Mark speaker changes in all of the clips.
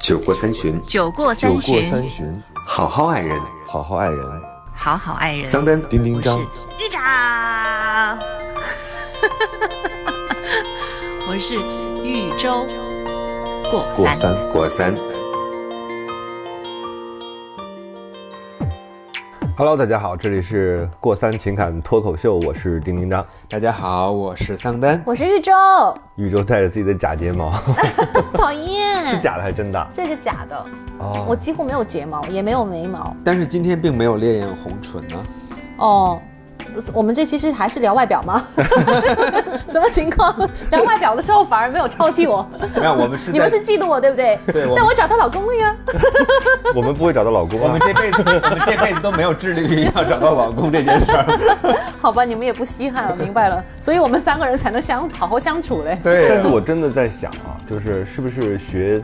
Speaker 1: 酒过三巡，
Speaker 2: 酒过
Speaker 3: 酒
Speaker 2: 三
Speaker 3: 过
Speaker 2: 巡，
Speaker 3: 三巡，
Speaker 1: 好好爱人。
Speaker 3: 好好爱人。
Speaker 2: 好好爱人。
Speaker 1: 桑丹，
Speaker 3: 丁丁张，
Speaker 2: 绿茶，我是豫 州过
Speaker 3: 过
Speaker 2: 三。
Speaker 3: 三。
Speaker 1: 果三，
Speaker 3: Hello，大家好，这里是过三情感脱口秀，我是丁丁张。
Speaker 4: 大家好，我是桑丹。
Speaker 5: 我是玉州，
Speaker 3: 宇宙带着自己的假睫毛，
Speaker 5: 讨厌，
Speaker 3: 是假的还是真的？
Speaker 5: 这是假的，
Speaker 3: 哦
Speaker 5: 我几乎没有睫毛，也没有眉毛。
Speaker 4: 但是今天并没有烈焰红唇呢、
Speaker 5: 哦，我们这期是还是聊外表 吗？什么情况？聊外表的时候反而没有挑剔 我，
Speaker 3: 没有，我们是
Speaker 5: 你们是嫉妒我对不对？
Speaker 3: 对我
Speaker 5: 但我找到老公了呀。
Speaker 3: 我们不会找到老公、啊，
Speaker 4: 我们这辈子，我们这辈子都没有致力于要找到老公这件 事儿。
Speaker 5: 好吧，你们也不稀罕，我明白了。所以我们三个人才能相好好相处嘞。
Speaker 3: 但
Speaker 4: 对
Speaker 3: 是我真的在想啊，就是是不是学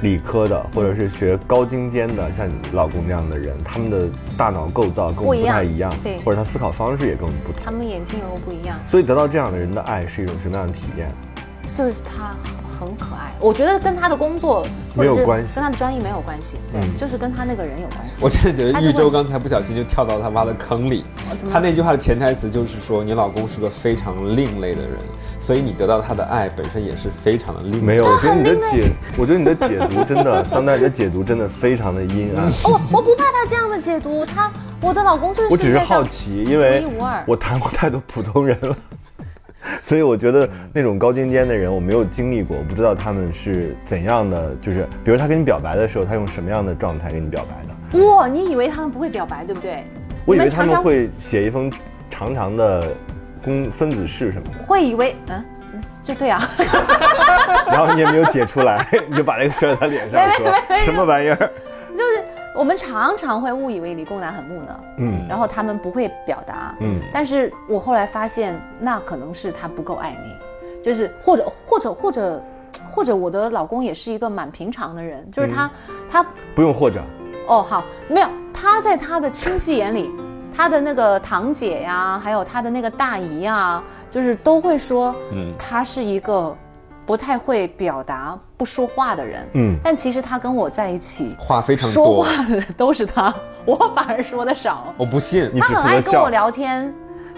Speaker 3: 理科的，或者是学高精尖的，像你老公那样的人，他们的大脑构造跟我
Speaker 5: 不
Speaker 3: 们
Speaker 5: 一
Speaker 3: 不
Speaker 5: 样
Speaker 3: 太一样，
Speaker 5: 对
Speaker 3: 或者他思考方式也跟我们不同，
Speaker 5: 他们眼睛有不一样，
Speaker 3: 所以得到这样的人的爱是一种什么样的体验？
Speaker 5: 就是他很很可爱，我觉得跟他的工作
Speaker 3: 没有
Speaker 5: 或者是
Speaker 3: 关系
Speaker 5: 跟他的专业没有关系，对，
Speaker 3: 嗯
Speaker 5: 就是跟他那个人有关系。
Speaker 4: 我真的觉得
Speaker 5: 他就
Speaker 4: 豫
Speaker 5: 会
Speaker 4: 州刚才不小心就跳到他妈的坑里
Speaker 5: 怎。么
Speaker 4: 他那句话的潜台词就是说，你老公是个非常另类的人，所以你得到他的爱本身也是非常的另类。
Speaker 3: 没有，我觉得你的解，我觉得你的解读真的，桑丹，你的解读真的非常的阴 暗。
Speaker 5: 哦，我不怕他这样的解读，他我的老公就是
Speaker 3: 我只是
Speaker 5: 世界上
Speaker 3: 好奇，因为
Speaker 5: 独一无二
Speaker 3: 我谈过太多普通人了，所以我觉得那种高精尖的人我没有经历过，我不知道他们是怎样的，就是比如他跟你表白的时候，他用什么样的状态跟你表白的？
Speaker 5: 哇，你以为他们不会表白，对不对？
Speaker 3: 我以为
Speaker 5: 你们
Speaker 3: 他
Speaker 5: 常
Speaker 3: 们
Speaker 5: 常
Speaker 3: 会写一封长长的公分子式什么的，
Speaker 5: 会以为，嗯，这对啊，
Speaker 3: 然后你也没有解出来， 你就把这个射在他脸上说什么玩意儿？
Speaker 5: 就是我们常常会误以为理工男很木讷，
Speaker 3: 嗯
Speaker 5: 然后他们不会表达，
Speaker 3: 嗯
Speaker 5: 但是我后来发现，那可能是他不够爱你，就是或者或者或者或者我的老公也是一个蛮平常的人，就是他、
Speaker 3: 嗯
Speaker 5: 他
Speaker 3: 不用或者
Speaker 5: 哦，好，没有，他在他的亲戚眼里，他的那个堂姐呀、还有他的那个大姨呀、就是都会说，嗯，他是一个不太会表达、不说话的人。
Speaker 3: 嗯
Speaker 5: 但其实他跟我在一起，
Speaker 4: 话非常
Speaker 5: 说
Speaker 4: 多，
Speaker 5: 话的人 都是他，我反而说的少。
Speaker 4: 我不信。
Speaker 3: 你
Speaker 5: 他
Speaker 3: 只
Speaker 5: 很
Speaker 3: 负
Speaker 5: 爱
Speaker 3: 责
Speaker 5: 跟我
Speaker 3: 笑，
Speaker 5: 聊天，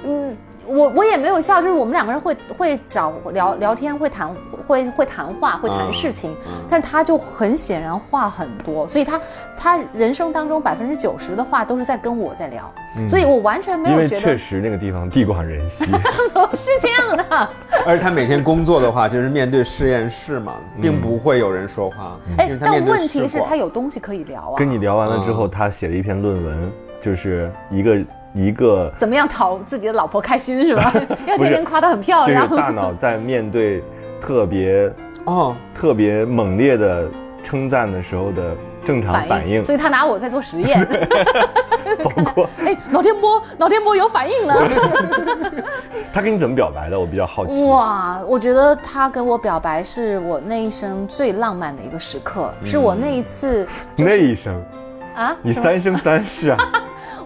Speaker 5: 嗯，我我也没有笑，就是我们两个人会会找聊聊天，会谈会会谈话，会谈
Speaker 4: 嗯
Speaker 5: 事情，
Speaker 4: 嗯
Speaker 5: 但是他就很显然话很多，所以他他人生当中百分之九十的话都是在跟我在聊，所以我完全没
Speaker 3: 嗯因
Speaker 5: 有
Speaker 3: 为
Speaker 5: 觉
Speaker 3: 确
Speaker 5: 得哦
Speaker 3: 实那个地方地广人稀。
Speaker 5: 是这 样的。
Speaker 4: 而且他每天工作的话，就是面对实验室嘛，
Speaker 3: 嗯
Speaker 4: 并不会有人说话。因
Speaker 5: 哎
Speaker 4: 为，他
Speaker 5: 但
Speaker 4: 面对
Speaker 5: 问题
Speaker 4: 试
Speaker 5: 是，
Speaker 4: 管
Speaker 5: 他有东西可以聊啊
Speaker 3: 跟，你聊完了之后，他写了一篇论文，就是一个一个，
Speaker 5: 怎么样讨自己的老婆开心是吧？要
Speaker 3: 不是
Speaker 5: 天天夸她很漂
Speaker 3: 这
Speaker 5: 亮
Speaker 3: 个，大脑在面对特别
Speaker 4: 哦，
Speaker 3: 特别猛烈的称赞的时候的正常反应，
Speaker 5: 所以他拿我在做实验。
Speaker 3: 包 括
Speaker 5: 哎，脑电波，脑电波有反应了。
Speaker 3: 他跟你怎么表白的，我比较好奇。
Speaker 5: 哇，我觉得他跟我表白是我那一生最浪漫的一个时刻，
Speaker 4: 嗯
Speaker 5: 是我那一次
Speaker 3: 那一生，
Speaker 5: 啊，
Speaker 3: 你
Speaker 5: 什么
Speaker 3: 三生三世啊，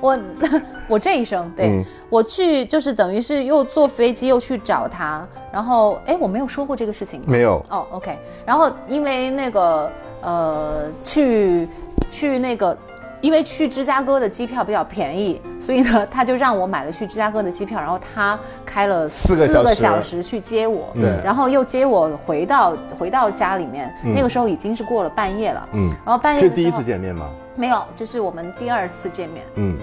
Speaker 5: 我 我这一生，对、
Speaker 3: 嗯
Speaker 5: 我去就是等于是又坐飞机又去找他，然后哎，我没有说过这个事情吗，
Speaker 3: 没有，
Speaker 5: 哦，OK，然后因为那个呃，去去那个，因为去芝加哥的机票比较便宜，所以呢，他就让我买了去芝加哥的机票，然后他开了
Speaker 4: 四个小时
Speaker 5: 小时去接我，
Speaker 3: 对
Speaker 5: 然后又接我回到回到家里面，
Speaker 3: 嗯
Speaker 5: 那个时候已经是过了半夜了，
Speaker 3: 嗯，
Speaker 5: 然后半夜
Speaker 3: 这
Speaker 5: 的
Speaker 3: 第一
Speaker 5: 时候
Speaker 3: 次见面吗？
Speaker 5: 没有，这是我们第二次见面，
Speaker 3: 嗯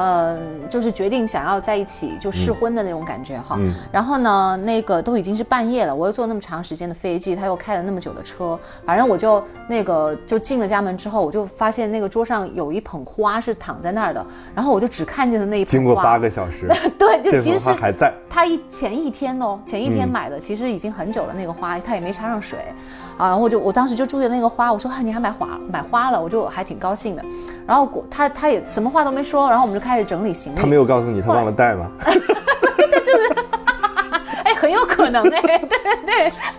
Speaker 5: 嗯，就是决定想要在一起就试婚的那种感觉哈。
Speaker 3: 嗯
Speaker 5: 然后呢，那个都已经是半夜了，我又坐那么长时间的飞机，他又开了那么久的车，反正我就那个就进了家门之后，我就发现那个桌上有一捧花是躺在那儿的，然后我就只看见了那一捧花。
Speaker 3: 经过八个小时，
Speaker 5: 对， 就
Speaker 3: 这
Speaker 5: 其
Speaker 3: 幅
Speaker 5: 实
Speaker 3: 画
Speaker 5: 是
Speaker 3: 还在，
Speaker 5: 他一前一天哦，前一天
Speaker 3: 嗯
Speaker 5: 买的，其实已经很久了。那个花他也没插上水，啊，然后我就我当时就注意了那个花，我说啊，你还买花买花了，我就还挺高兴的。然后果他他也什么话都没说，然后我们就开始整理行李。
Speaker 3: 他没有告诉你他忘了带吗？
Speaker 5: 哎，很有可能哎，对对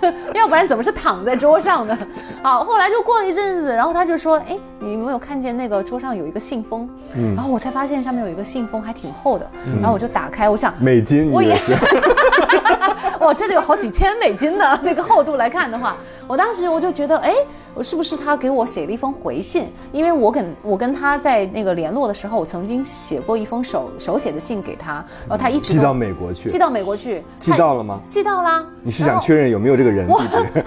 Speaker 5: 对， 要不然怎么是躺在桌上呢？ 好，后来就过了一阵子，然后他就说，哎，你有没有看见那个桌上有一个信封？
Speaker 3: 嗯
Speaker 5: 然后我才发现上面有一个信封，还挺厚的。然后我就打开，我想，
Speaker 3: 美金，你以
Speaker 5: 我
Speaker 3: 为
Speaker 5: 也
Speaker 3: 是？
Speaker 5: 哇，这得有好几千美金的那个厚度来看的话，我当时我就觉得，哎，我是不是他给我写了一封回信？因为我跟我跟他在那个联络的时候，我曾经写过一封手手写的信给他，然后他一直
Speaker 3: 寄
Speaker 5: 都
Speaker 3: 到美国去
Speaker 5: 寄，到美国去，
Speaker 3: 寄
Speaker 5: 他
Speaker 3: 到了吗？
Speaker 5: 寄到啦。
Speaker 3: 你是
Speaker 5: 然
Speaker 3: 想
Speaker 5: 后
Speaker 3: 确认有没有这个人地 址？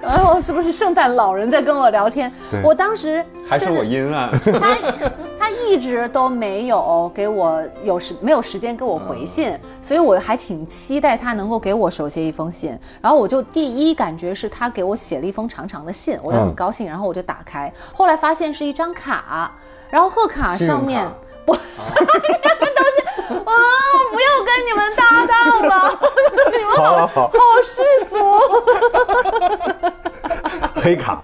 Speaker 5: 然后是不是圣诞老人在跟我聊天
Speaker 3: 对？
Speaker 5: 我当时
Speaker 4: 还
Speaker 5: 就是
Speaker 4: 我阴暗，
Speaker 5: 他他一直都没有给我有时没有时间给我回信，
Speaker 4: 嗯
Speaker 5: 所以我还挺期待他能够给我手写一封信。然后我就第一感觉是他给我写了一封长长的信，我就很
Speaker 3: 嗯
Speaker 5: 高兴，然后我就打开，后来发现是一张卡，然后贺卡
Speaker 4: 信用
Speaker 5: 上面
Speaker 4: 卡
Speaker 5: 不，你们都是啊，不要跟你们搭档了，你们
Speaker 3: 好好好，
Speaker 5: 好世俗。
Speaker 3: 黑 卡，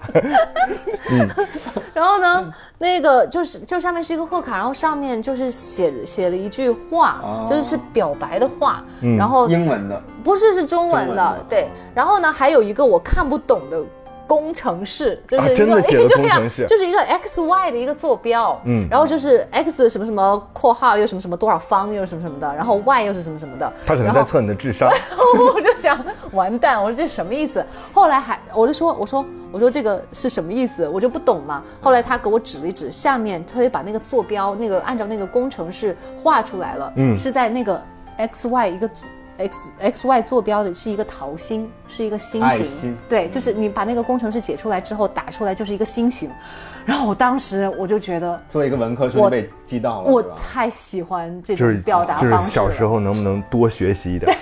Speaker 5: 然后
Speaker 3: 嗯
Speaker 5: 呢，那个就是就上面是一个贺卡，然后上面就是写写了一句话，
Speaker 4: 哦
Speaker 5: 就是是表白的话，
Speaker 3: 嗯
Speaker 5: 然后
Speaker 4: 英文的，
Speaker 5: 不是是中文的，
Speaker 4: 中文的
Speaker 5: 对。然后呢，还有一个我看不懂的。工程式就是
Speaker 3: 啊
Speaker 5: 一个、
Speaker 3: 真的写 了工程式
Speaker 5: 对啊就是一个 x y 的一个坐标，
Speaker 3: 嗯
Speaker 5: 嗯，然后就是 x 什么什么括号又什么什么多少方又什么什么的，然后 y 又是什么什么的，
Speaker 3: 他可能
Speaker 5: 然
Speaker 3: 在
Speaker 5: 后
Speaker 3: 测你的智 商。
Speaker 5: 我就想完蛋，我说这什么意思？后来还我就说我说我说这个是什么意思？我就不懂嘛。后来他给我指了一指，下面他就把那个坐标那个按照那个工程式画出来了，
Speaker 3: 嗯
Speaker 5: 是在那个 x y 一个。x x y 坐标的是一个桃心，是一个心
Speaker 4: 爱
Speaker 5: 形，
Speaker 4: 心
Speaker 5: 对，就是你把那个工程式解出来之后打出来就是一个心形，然后我当时我就觉得
Speaker 4: 作为一个文科生
Speaker 5: 我
Speaker 4: 就被击到了，
Speaker 5: 我
Speaker 4: 对吧
Speaker 5: 太喜欢这
Speaker 3: 就
Speaker 5: 种
Speaker 3: 是
Speaker 5: 表达
Speaker 3: 就
Speaker 5: 方式
Speaker 3: 是
Speaker 5: 了。
Speaker 3: 小时候能不能多学习 一点，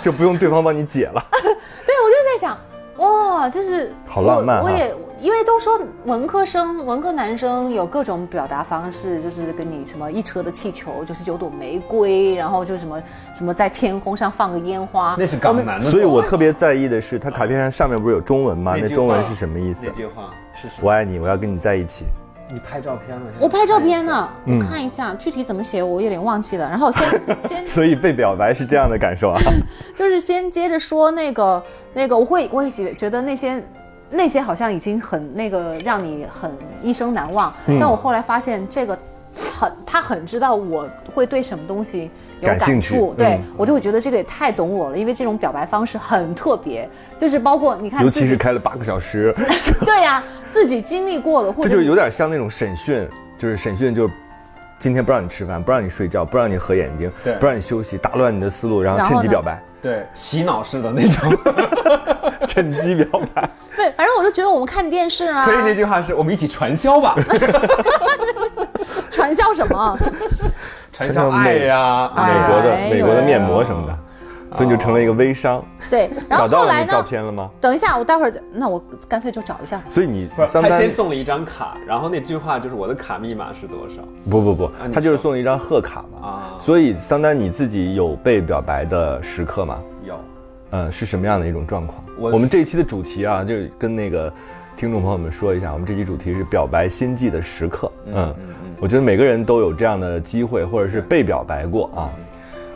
Speaker 3: 就不用对方帮你解了。
Speaker 5: 对，我就在想，哇，就是
Speaker 3: 好浪漫
Speaker 5: 我
Speaker 3: 哈
Speaker 5: 我也因为都说文科生、文科男生有各种表达方式，就是跟你什么一车的气球，就是九朵玫瑰，然后就什么什么在天空上放个烟花。
Speaker 4: 那是港男的，
Speaker 3: 所以我特别在意的是，他卡片上上面不是有中文吗？
Speaker 4: 那句
Speaker 3: 那
Speaker 4: 话
Speaker 3: 中文是什么意
Speaker 4: 那
Speaker 3: 思？
Speaker 4: 句话是什
Speaker 3: 我
Speaker 4: 么？
Speaker 3: 爱你，我要跟你在一起。
Speaker 4: 你拍照片了？
Speaker 5: 我拍照片呢，
Speaker 3: 嗯
Speaker 5: 我看一下具体怎么写，我有点忘记了。然后先先
Speaker 3: 所以被表白是这样的感受 啊。
Speaker 5: 就是先接着说那个那个，我会我也觉得那些那些好像已经很那个让你很一生难忘，
Speaker 3: 嗯
Speaker 5: 但我后来发现这个很他很知道我会对什么东西有
Speaker 3: 感
Speaker 5: 感
Speaker 3: 兴趣
Speaker 5: 触，对、
Speaker 3: 嗯
Speaker 5: 我就会觉得这个也太懂我了，因为这种表白方式很特别，就是包括你看
Speaker 3: 尤
Speaker 5: 自
Speaker 3: 其是
Speaker 5: 己
Speaker 3: 开了八个小 时，
Speaker 5: 对呀、自己经历过的，或
Speaker 3: 这
Speaker 5: 者
Speaker 3: 就是有点像那种审讯，就是审讯就是今天不让你吃饭，不让你睡觉，不让你合眼睛
Speaker 4: 对，
Speaker 3: 不让你休息，打乱你的思路，然后
Speaker 5: 然后
Speaker 3: 趁机
Speaker 5: 呢
Speaker 3: 表白，
Speaker 4: 对，洗脑式的 那种。
Speaker 3: 趁机表白。
Speaker 5: 对，反正我就觉得我们看电视啊，
Speaker 4: 所以那句话是我们一起传销 吧，
Speaker 5: 传销什 么，
Speaker 4: 传销爱呀，
Speaker 5: 哎
Speaker 3: 美
Speaker 5: 呀
Speaker 3: 国的
Speaker 5: 哎呦
Speaker 3: 美国的面膜什么的，所以你就成了一个微商。
Speaker 5: 对，
Speaker 3: 找
Speaker 5: 然后
Speaker 3: 到
Speaker 5: 后
Speaker 3: 了
Speaker 5: 来
Speaker 3: 那照
Speaker 5: 呢？
Speaker 3: 片了吗？
Speaker 5: 等一下，我待会儿再那我干脆就找一下。
Speaker 3: 所以你
Speaker 4: 不是
Speaker 3: 三
Speaker 4: 他
Speaker 3: 单
Speaker 4: 先送了一张卡，然后那句话就是我的卡密码是多少
Speaker 3: 不不不
Speaker 4: 啊你，
Speaker 3: 他就是送了一张贺卡嘛。
Speaker 4: 啊？
Speaker 3: 所以桑丹你自己有被表白的时刻吗？
Speaker 4: 有，
Speaker 3: 呃，是什么样的一种状况？
Speaker 4: 我
Speaker 3: 我们这一期的主题啊，就跟那个听众朋友们说一下，我们这期主题是表白心悸的时刻。嗯，我觉得每个人都有这样的机会，或者是被表白过啊。
Speaker 4: 嗯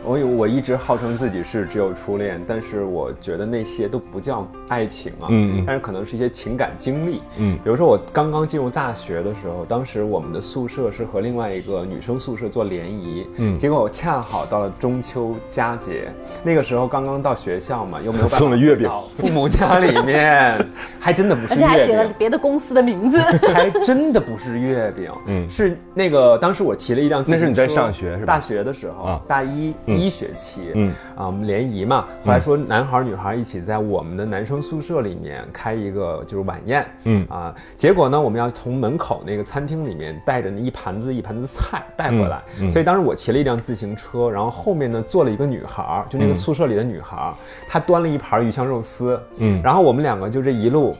Speaker 4: 我有我一直号称自己是只有初恋，但是我觉得那些都不叫爱情啊，
Speaker 3: 嗯嗯
Speaker 4: 但是可能是一些情感经历，
Speaker 3: 嗯
Speaker 4: 比如说我刚刚进入大学的时候，当时我们的宿舍是和另外一个女生宿舍做联谊，
Speaker 3: 嗯
Speaker 4: 结果我恰好到了中秋佳节，那个时候刚刚到学校嘛，又没有办法
Speaker 3: 送了月饼
Speaker 4: 回到父母家里面，还真的不是
Speaker 5: 而
Speaker 4: 月
Speaker 5: 且
Speaker 4: 饼，
Speaker 5: 还写了别的公司的名 字。
Speaker 4: 还真的不是月饼，
Speaker 3: 嗯
Speaker 4: 是那个当时我骑了一辆自行
Speaker 3: 那
Speaker 4: 车，
Speaker 3: 是你在上学是吧
Speaker 4: 大学的时候，
Speaker 3: 啊
Speaker 4: 大一第一学期，
Speaker 3: 嗯
Speaker 4: 嗯啊，我们联谊嘛，后来说男孩儿女孩儿一起在我们的男生宿舍里面开一个就是晚宴，
Speaker 3: 嗯
Speaker 4: 啊，结果呢，我们要从门口那个餐厅里面带着那一盘子一盘子菜带回来，
Speaker 3: 嗯嗯
Speaker 4: 所以当时我骑了一辆自行车，然后后面呢坐了一个女孩儿，就那个宿舍里的女孩儿，她端了一盘鱼香肉丝，
Speaker 3: 嗯
Speaker 4: 嗯，然后我们两个就这一路。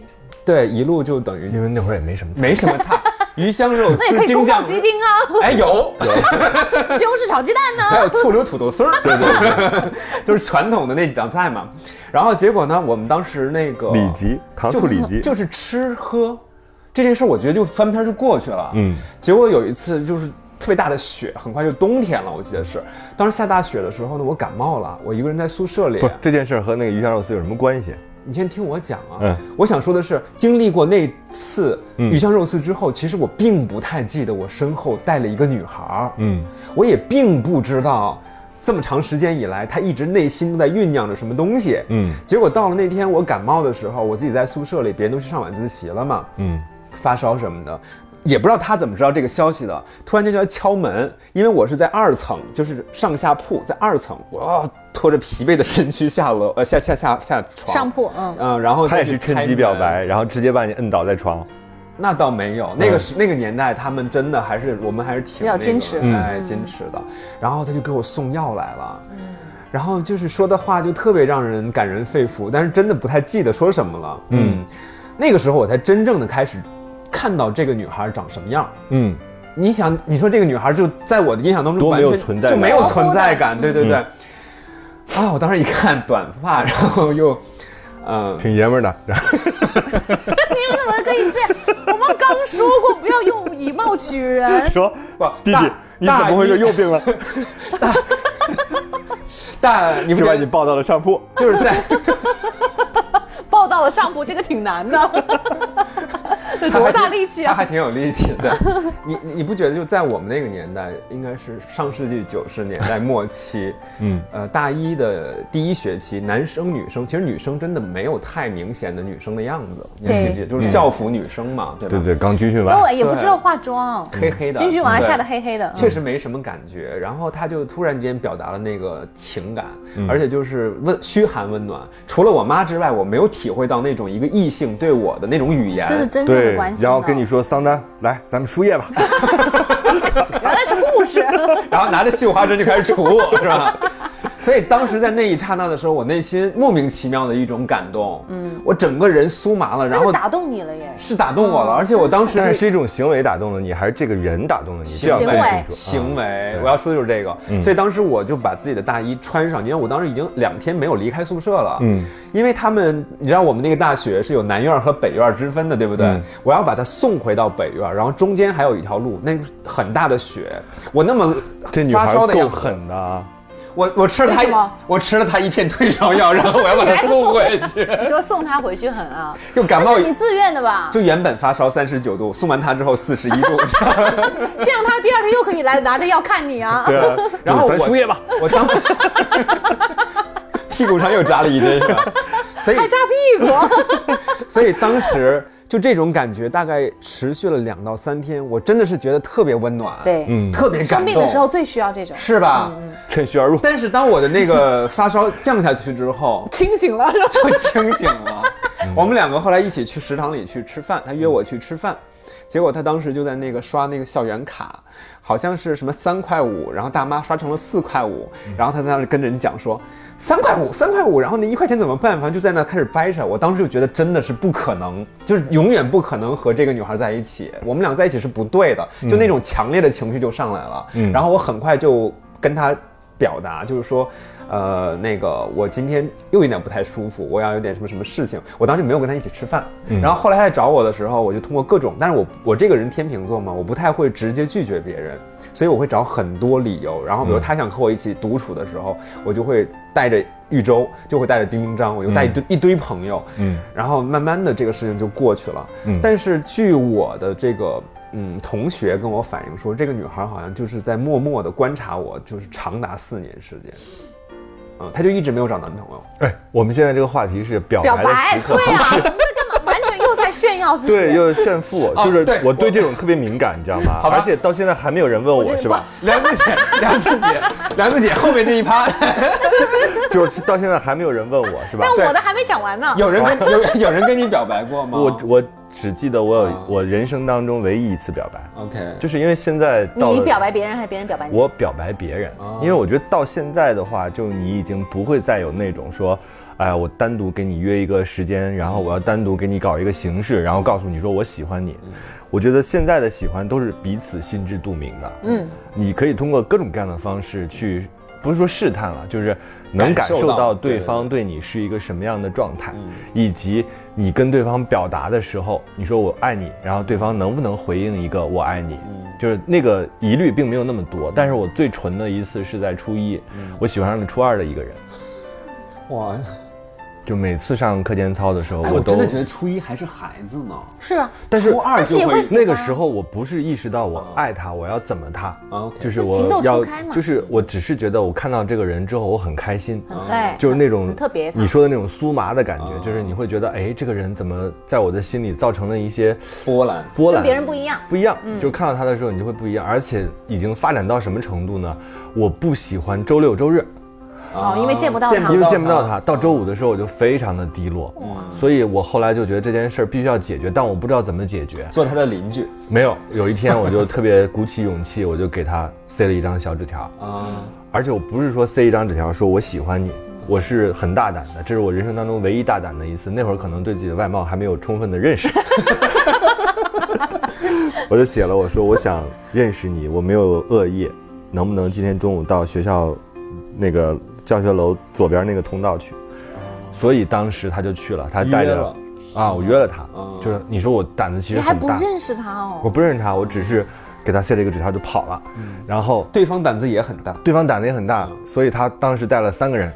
Speaker 4: 对，一路就等于
Speaker 3: 因为那会儿也没什么菜。
Speaker 4: 没什么菜，鱼香肉
Speaker 5: 那也可
Speaker 4: 丝、
Speaker 5: 以
Speaker 4: 京
Speaker 5: 宫保
Speaker 4: 酱
Speaker 5: 鸡丁啊，
Speaker 4: 哎有，
Speaker 5: 西红柿炒鸡蛋呢。
Speaker 4: 还有醋溜土豆丝儿，对 对对，就是传统的那几道菜嘛。然后结果呢，我们当时那个
Speaker 3: 里脊，糖
Speaker 4: 就
Speaker 3: 醋里脊。
Speaker 4: 哦就是吃喝这件事，我觉得就翻篇就过去了。
Speaker 3: 嗯，
Speaker 4: 结果有一次就是特别大的雪，很快就冬天了，我记得是。当时下大雪的时候呢，我感冒了，我一个人在宿舍里
Speaker 3: 不。是这件事儿和那个鱼香肉丝有什么关系？
Speaker 4: 你先听我讲啊，
Speaker 3: 嗯
Speaker 4: 我想说的是，经历过那次
Speaker 3: 嗯
Speaker 4: 鱼香肉丝之后，其实我并不太记得我身后带了一个女孩儿。
Speaker 3: 嗯，
Speaker 4: 我也并不知道这么长时间以来，他一直内心都在酝酿着什么东西。
Speaker 3: 嗯
Speaker 4: 结果到了那天我感冒的时候，我自己在宿舍里，别人都去上晚自习了嘛，
Speaker 3: 嗯，
Speaker 4: 发烧什么的，也不知道他怎么知道这个消息的。突然间就来敲门，因为我是在二层，就是上下铺，在二层，我、哦、拖着疲惫的身躯下楼，呃，下下下下床。
Speaker 5: 上铺，嗯，
Speaker 4: 嗯，然后
Speaker 3: 他也
Speaker 4: 再
Speaker 3: 是
Speaker 4: 去
Speaker 3: 趁机
Speaker 4: 开
Speaker 3: 表
Speaker 4: 门
Speaker 3: 白，嗯然后直接把你摁倒在床。
Speaker 4: 那倒没有，那个是、那个年代，他们真的还是我们还是挺
Speaker 5: 比较
Speaker 4: 那个
Speaker 5: 矜持
Speaker 3: 嗯
Speaker 5: 嗯
Speaker 4: 哎，矜持的。然后他就给我送药来了，然后就是说的话就特别让人感人肺腑，但是真的不太记得说什么了。嗯，那个时候我才真正的开始看到这个女孩长什么样。
Speaker 3: 嗯，
Speaker 4: 你想，你说这个女孩就在我的印象当中
Speaker 3: 多
Speaker 4: 完
Speaker 3: 没有
Speaker 4: 全
Speaker 3: 存在
Speaker 4: 就
Speaker 3: 感嗯
Speaker 4: 没有存在
Speaker 5: 模
Speaker 4: 感，
Speaker 5: 糊
Speaker 4: 对
Speaker 5: 的
Speaker 4: 对对。啊，我当时一看短发，然后又，嗯，
Speaker 3: 挺爷们儿的。然后
Speaker 5: 你们怎么可以这样？我们刚说过不要用以貌取 人，
Speaker 3: 说
Speaker 4: 不
Speaker 3: 弟弟
Speaker 4: 大，
Speaker 3: 你怎么会
Speaker 4: 大
Speaker 3: 又
Speaker 4: 一
Speaker 3: 又 病了？
Speaker 4: 大你们
Speaker 3: 就把
Speaker 4: 这
Speaker 3: 你抱到了上铺。
Speaker 4: 就是 在。
Speaker 5: 抱到了上铺，这个挺难的， 得
Speaker 4: 他还
Speaker 5: 多大
Speaker 4: 挺
Speaker 5: 力气
Speaker 4: 他
Speaker 5: 啊！
Speaker 4: 还挺有力气 的。你你不觉得就在我们那个年代，应该是上世纪九十年代末期，
Speaker 3: 嗯
Speaker 4: 呃，大一的第一学期，男生女生其实女生真的没有太明显的女生的样子，你们
Speaker 5: 对嗯
Speaker 4: 记不记得？就是校服女生嘛，对 吧？
Speaker 3: 对对，刚军训完。
Speaker 5: 对，也不知道化妆，
Speaker 4: 黑黑的，
Speaker 5: 军训完还
Speaker 4: 对
Speaker 3: 嗯
Speaker 5: 晒得黑黑的，嗯
Speaker 4: 确实没什么感觉。然后他就突然间表达了那个情感，
Speaker 3: 嗯
Speaker 4: 而且就是温嘘寒问暖。除了我妈之外，我没有体会到那种一个异性对我的那种语言。
Speaker 5: 这是真正的
Speaker 3: 对
Speaker 5: 关，心
Speaker 3: 然
Speaker 5: 呢。
Speaker 3: 后跟你说桑丹，来，咱们输液 吧。
Speaker 5: 原来是护士，
Speaker 4: 然后拿着绣花针就开始杵我，是吧？所以当时在那一刹那的时候，我内心莫名其妙的一种感动，嗯，我整个人酥麻了，然
Speaker 5: 那是
Speaker 4: 后
Speaker 5: 打动你了耶。
Speaker 4: 是打动我了，而且我当时
Speaker 3: 但是
Speaker 4: 是
Speaker 3: 是一种行为打动了你，还是这个人打动了你？这要
Speaker 5: 行
Speaker 3: 分
Speaker 5: 为
Speaker 3: 清楚。啊，
Speaker 4: 行为，我要说的就是这个，
Speaker 3: 嗯
Speaker 4: 所以当时我就把自己的大衣穿上，因为我当时已经两天没有离开宿舍了，
Speaker 3: 嗯，
Speaker 4: 因为他们，你知道我们那个大学是有南院和北院之分的，对不对？
Speaker 3: 嗯
Speaker 4: 我要把它送回到北院，然后中间还有一条路，那个很大的雪，我那么
Speaker 3: 这女
Speaker 4: 发
Speaker 3: 孩
Speaker 4: 烧的
Speaker 3: 够
Speaker 4: 样子
Speaker 3: 狠的啊！
Speaker 4: 我我吃了他
Speaker 5: 为
Speaker 4: 一
Speaker 5: 什么
Speaker 4: 我吃了他一片退烧药，然后我要把它送回去。
Speaker 5: 你说送他回去狠啊？
Speaker 4: 就感
Speaker 5: 那
Speaker 4: 冒
Speaker 5: 是，你自愿的吧？
Speaker 4: 就原本发烧三十九度，送完他之后四十一度。
Speaker 5: 这样他第二天又可以来拿着药看你啊。
Speaker 3: 对啊，
Speaker 4: 然后
Speaker 3: 咱
Speaker 4: 我
Speaker 3: 输液吧。
Speaker 4: 我当屁股上又扎了一针，是吧？所以
Speaker 5: 还扎屁股，
Speaker 4: 所以当时就这种感觉，大概持续了两到三天，我真的是觉得特别温暖，，
Speaker 5: 对，
Speaker 3: 嗯，
Speaker 4: 特别感动。
Speaker 5: 生病的时候嗯最需要这种，
Speaker 4: 是吧？
Speaker 3: 趁虚 而入。
Speaker 4: 但是当我的那个发烧降下去之后，
Speaker 5: 清醒了，
Speaker 4: 就清醒了。我们两个后来一起去食堂里去吃饭，他约我去吃饭，结果他当时就在那个刷那个校园卡，好像是什么三块五，然后大妈刷成了四块五，然后他在那里跟人讲说三块五三块五，然后那一块钱怎么办？反正就在那开始掰扯。我当时就觉得真的是不可能，就是永远不可能和这个女孩在一起，我们俩在一起是不对的，就那种强烈的情绪就上来了。
Speaker 3: 嗯
Speaker 4: 然后我很快就跟他表达，就是说，呃，那个我今天又有点不太舒服，我要有点什么什么事情。我当时没有跟他一起吃饭，然后后来他来找我的时候，我就通过各种，但是我我这个人天秤座嘛，我不太会直接拒绝别人，所以我会找很多理由。然后比如他想和我一起独处的时候，我就会带着豫州，就会带着丁丁张，我就带一堆、一堆朋友，
Speaker 3: 嗯
Speaker 4: 然后慢慢的这个事情就过去了。
Speaker 3: 嗯
Speaker 4: 但是据我的这个嗯同学跟我反映说，这个女孩好像就是在默默的观察我，就是长达四年时间。嗯，她就一直没有找男朋友。
Speaker 3: 哎，我们现在这个话题是表
Speaker 5: 表
Speaker 3: 白的
Speaker 5: 白，
Speaker 3: 时刻
Speaker 5: 对。啊，那干嘛？完全又在炫耀自己。
Speaker 3: 对，又炫富，
Speaker 4: 哦
Speaker 3: 就是
Speaker 4: 对
Speaker 3: 我对这种特别敏感，你知道吗？
Speaker 4: 好吧
Speaker 3: 而且到现在还没有人问我是吧？
Speaker 4: 梁子姐，梁子姐，梁子姐，后面这一趴，
Speaker 3: 就是到现在还没有人问我是吧
Speaker 5: 但？
Speaker 4: 对
Speaker 5: 我的还没讲完呢。
Speaker 4: 有人跟有有人跟你表白过吗？
Speaker 3: 我我只记得我有
Speaker 4: 啊
Speaker 3: 我人生当中唯一一次表白，
Speaker 4: OK，
Speaker 3: 就是因为现在到
Speaker 5: 你
Speaker 3: 了
Speaker 5: 表白别人还是别人表白你？
Speaker 3: 我表白别人
Speaker 4: 哦，
Speaker 3: 因为我觉得到现在的话，就你已经不会再有那种说，哎，我单独给你约一个时间，然后我要单独给你搞一个形式，然后告诉你说我喜欢你。我觉得现在的喜欢都是彼此心知肚明的，
Speaker 5: 嗯，
Speaker 3: 你可以通过各种各样的方式去，不是说试探了，就是能感
Speaker 4: 感受
Speaker 3: 受
Speaker 4: 到
Speaker 3: 到
Speaker 4: 对
Speaker 3: 对
Speaker 4: 对
Speaker 3: 方对你是一个什么样的状态，
Speaker 4: 嗯
Speaker 3: 以及你跟对方表达的时候，你说我爱你，然后对方能不能回应一个我爱你，
Speaker 4: 嗯
Speaker 3: 就是那个疑虑并没有那么多。但是我最
Speaker 4: 嗯
Speaker 3: 纯的一次是在初一，我喜欢上了初二的一个人，
Speaker 4: 哇，
Speaker 3: 就每次上课间操的时候，
Speaker 4: 哎，
Speaker 3: 我
Speaker 4: 我
Speaker 3: 都
Speaker 4: 真的觉得初一还是孩子呢。
Speaker 5: 是啊，
Speaker 3: 但是
Speaker 4: 初二
Speaker 5: 但是
Speaker 4: 就
Speaker 5: 也
Speaker 4: 会
Speaker 5: 会喜欢
Speaker 3: 那个时候我不是意识到我爱他，我要怎么他，
Speaker 4: 啊，OK，
Speaker 3: 就是
Speaker 5: 就情
Speaker 3: 我
Speaker 5: 窦
Speaker 3: 要
Speaker 5: 初开，嘛
Speaker 3: 就是我只是觉得我看到这个人之后我很开心，
Speaker 5: 很哎，
Speaker 3: 就是那种
Speaker 5: 很特别
Speaker 3: 你说的那种酥麻的感
Speaker 5: 哦
Speaker 3: 觉
Speaker 4: 啊，
Speaker 3: 就是你会觉得哎，这个人怎么在我的心里造成了一些
Speaker 4: 波兰
Speaker 3: 波
Speaker 5: 跟
Speaker 3: 澜，
Speaker 5: 别人不嗯一样。
Speaker 3: 不一样，就看到他的时候你就会不一样，而且已经发展到什么程度呢？我不喜欢周六周日，
Speaker 5: 哦因为见不到他嗯
Speaker 3: 因为啊见不到他，到周五的时候我就非常的低落，所以我后来就觉得这件事儿必须要解决，但我不知道怎么解决。
Speaker 4: 做他的邻居
Speaker 3: 没有，有一天我就特别鼓起勇气，我就给他塞了一张小纸条，
Speaker 4: 啊，
Speaker 3: 而且我不是说塞一张纸条说我喜欢你，我是很大胆的，这是我人生当中唯一大胆的一次。那会儿可能对自己的外貌还没有充分的认识， 我就写了我说我想认识你，我没有恶意，能不能今天中午到学校那个教学楼左边那个通道去？所以当时他就去了，他带
Speaker 4: 约
Speaker 3: 着
Speaker 4: 了
Speaker 3: 啊，我约了他
Speaker 4: 哦，
Speaker 3: 就是你说我胆子其
Speaker 5: 你
Speaker 3: 实
Speaker 5: 还
Speaker 3: 很
Speaker 5: 不
Speaker 3: 大，
Speaker 5: 认识他哦，
Speaker 3: 我不认识他，我只是给他塞了一个纸条就跑了，
Speaker 4: 嗯
Speaker 3: 然后
Speaker 4: 对方胆子也很大，
Speaker 3: 对方胆子也很大，所以他当时带了三个人，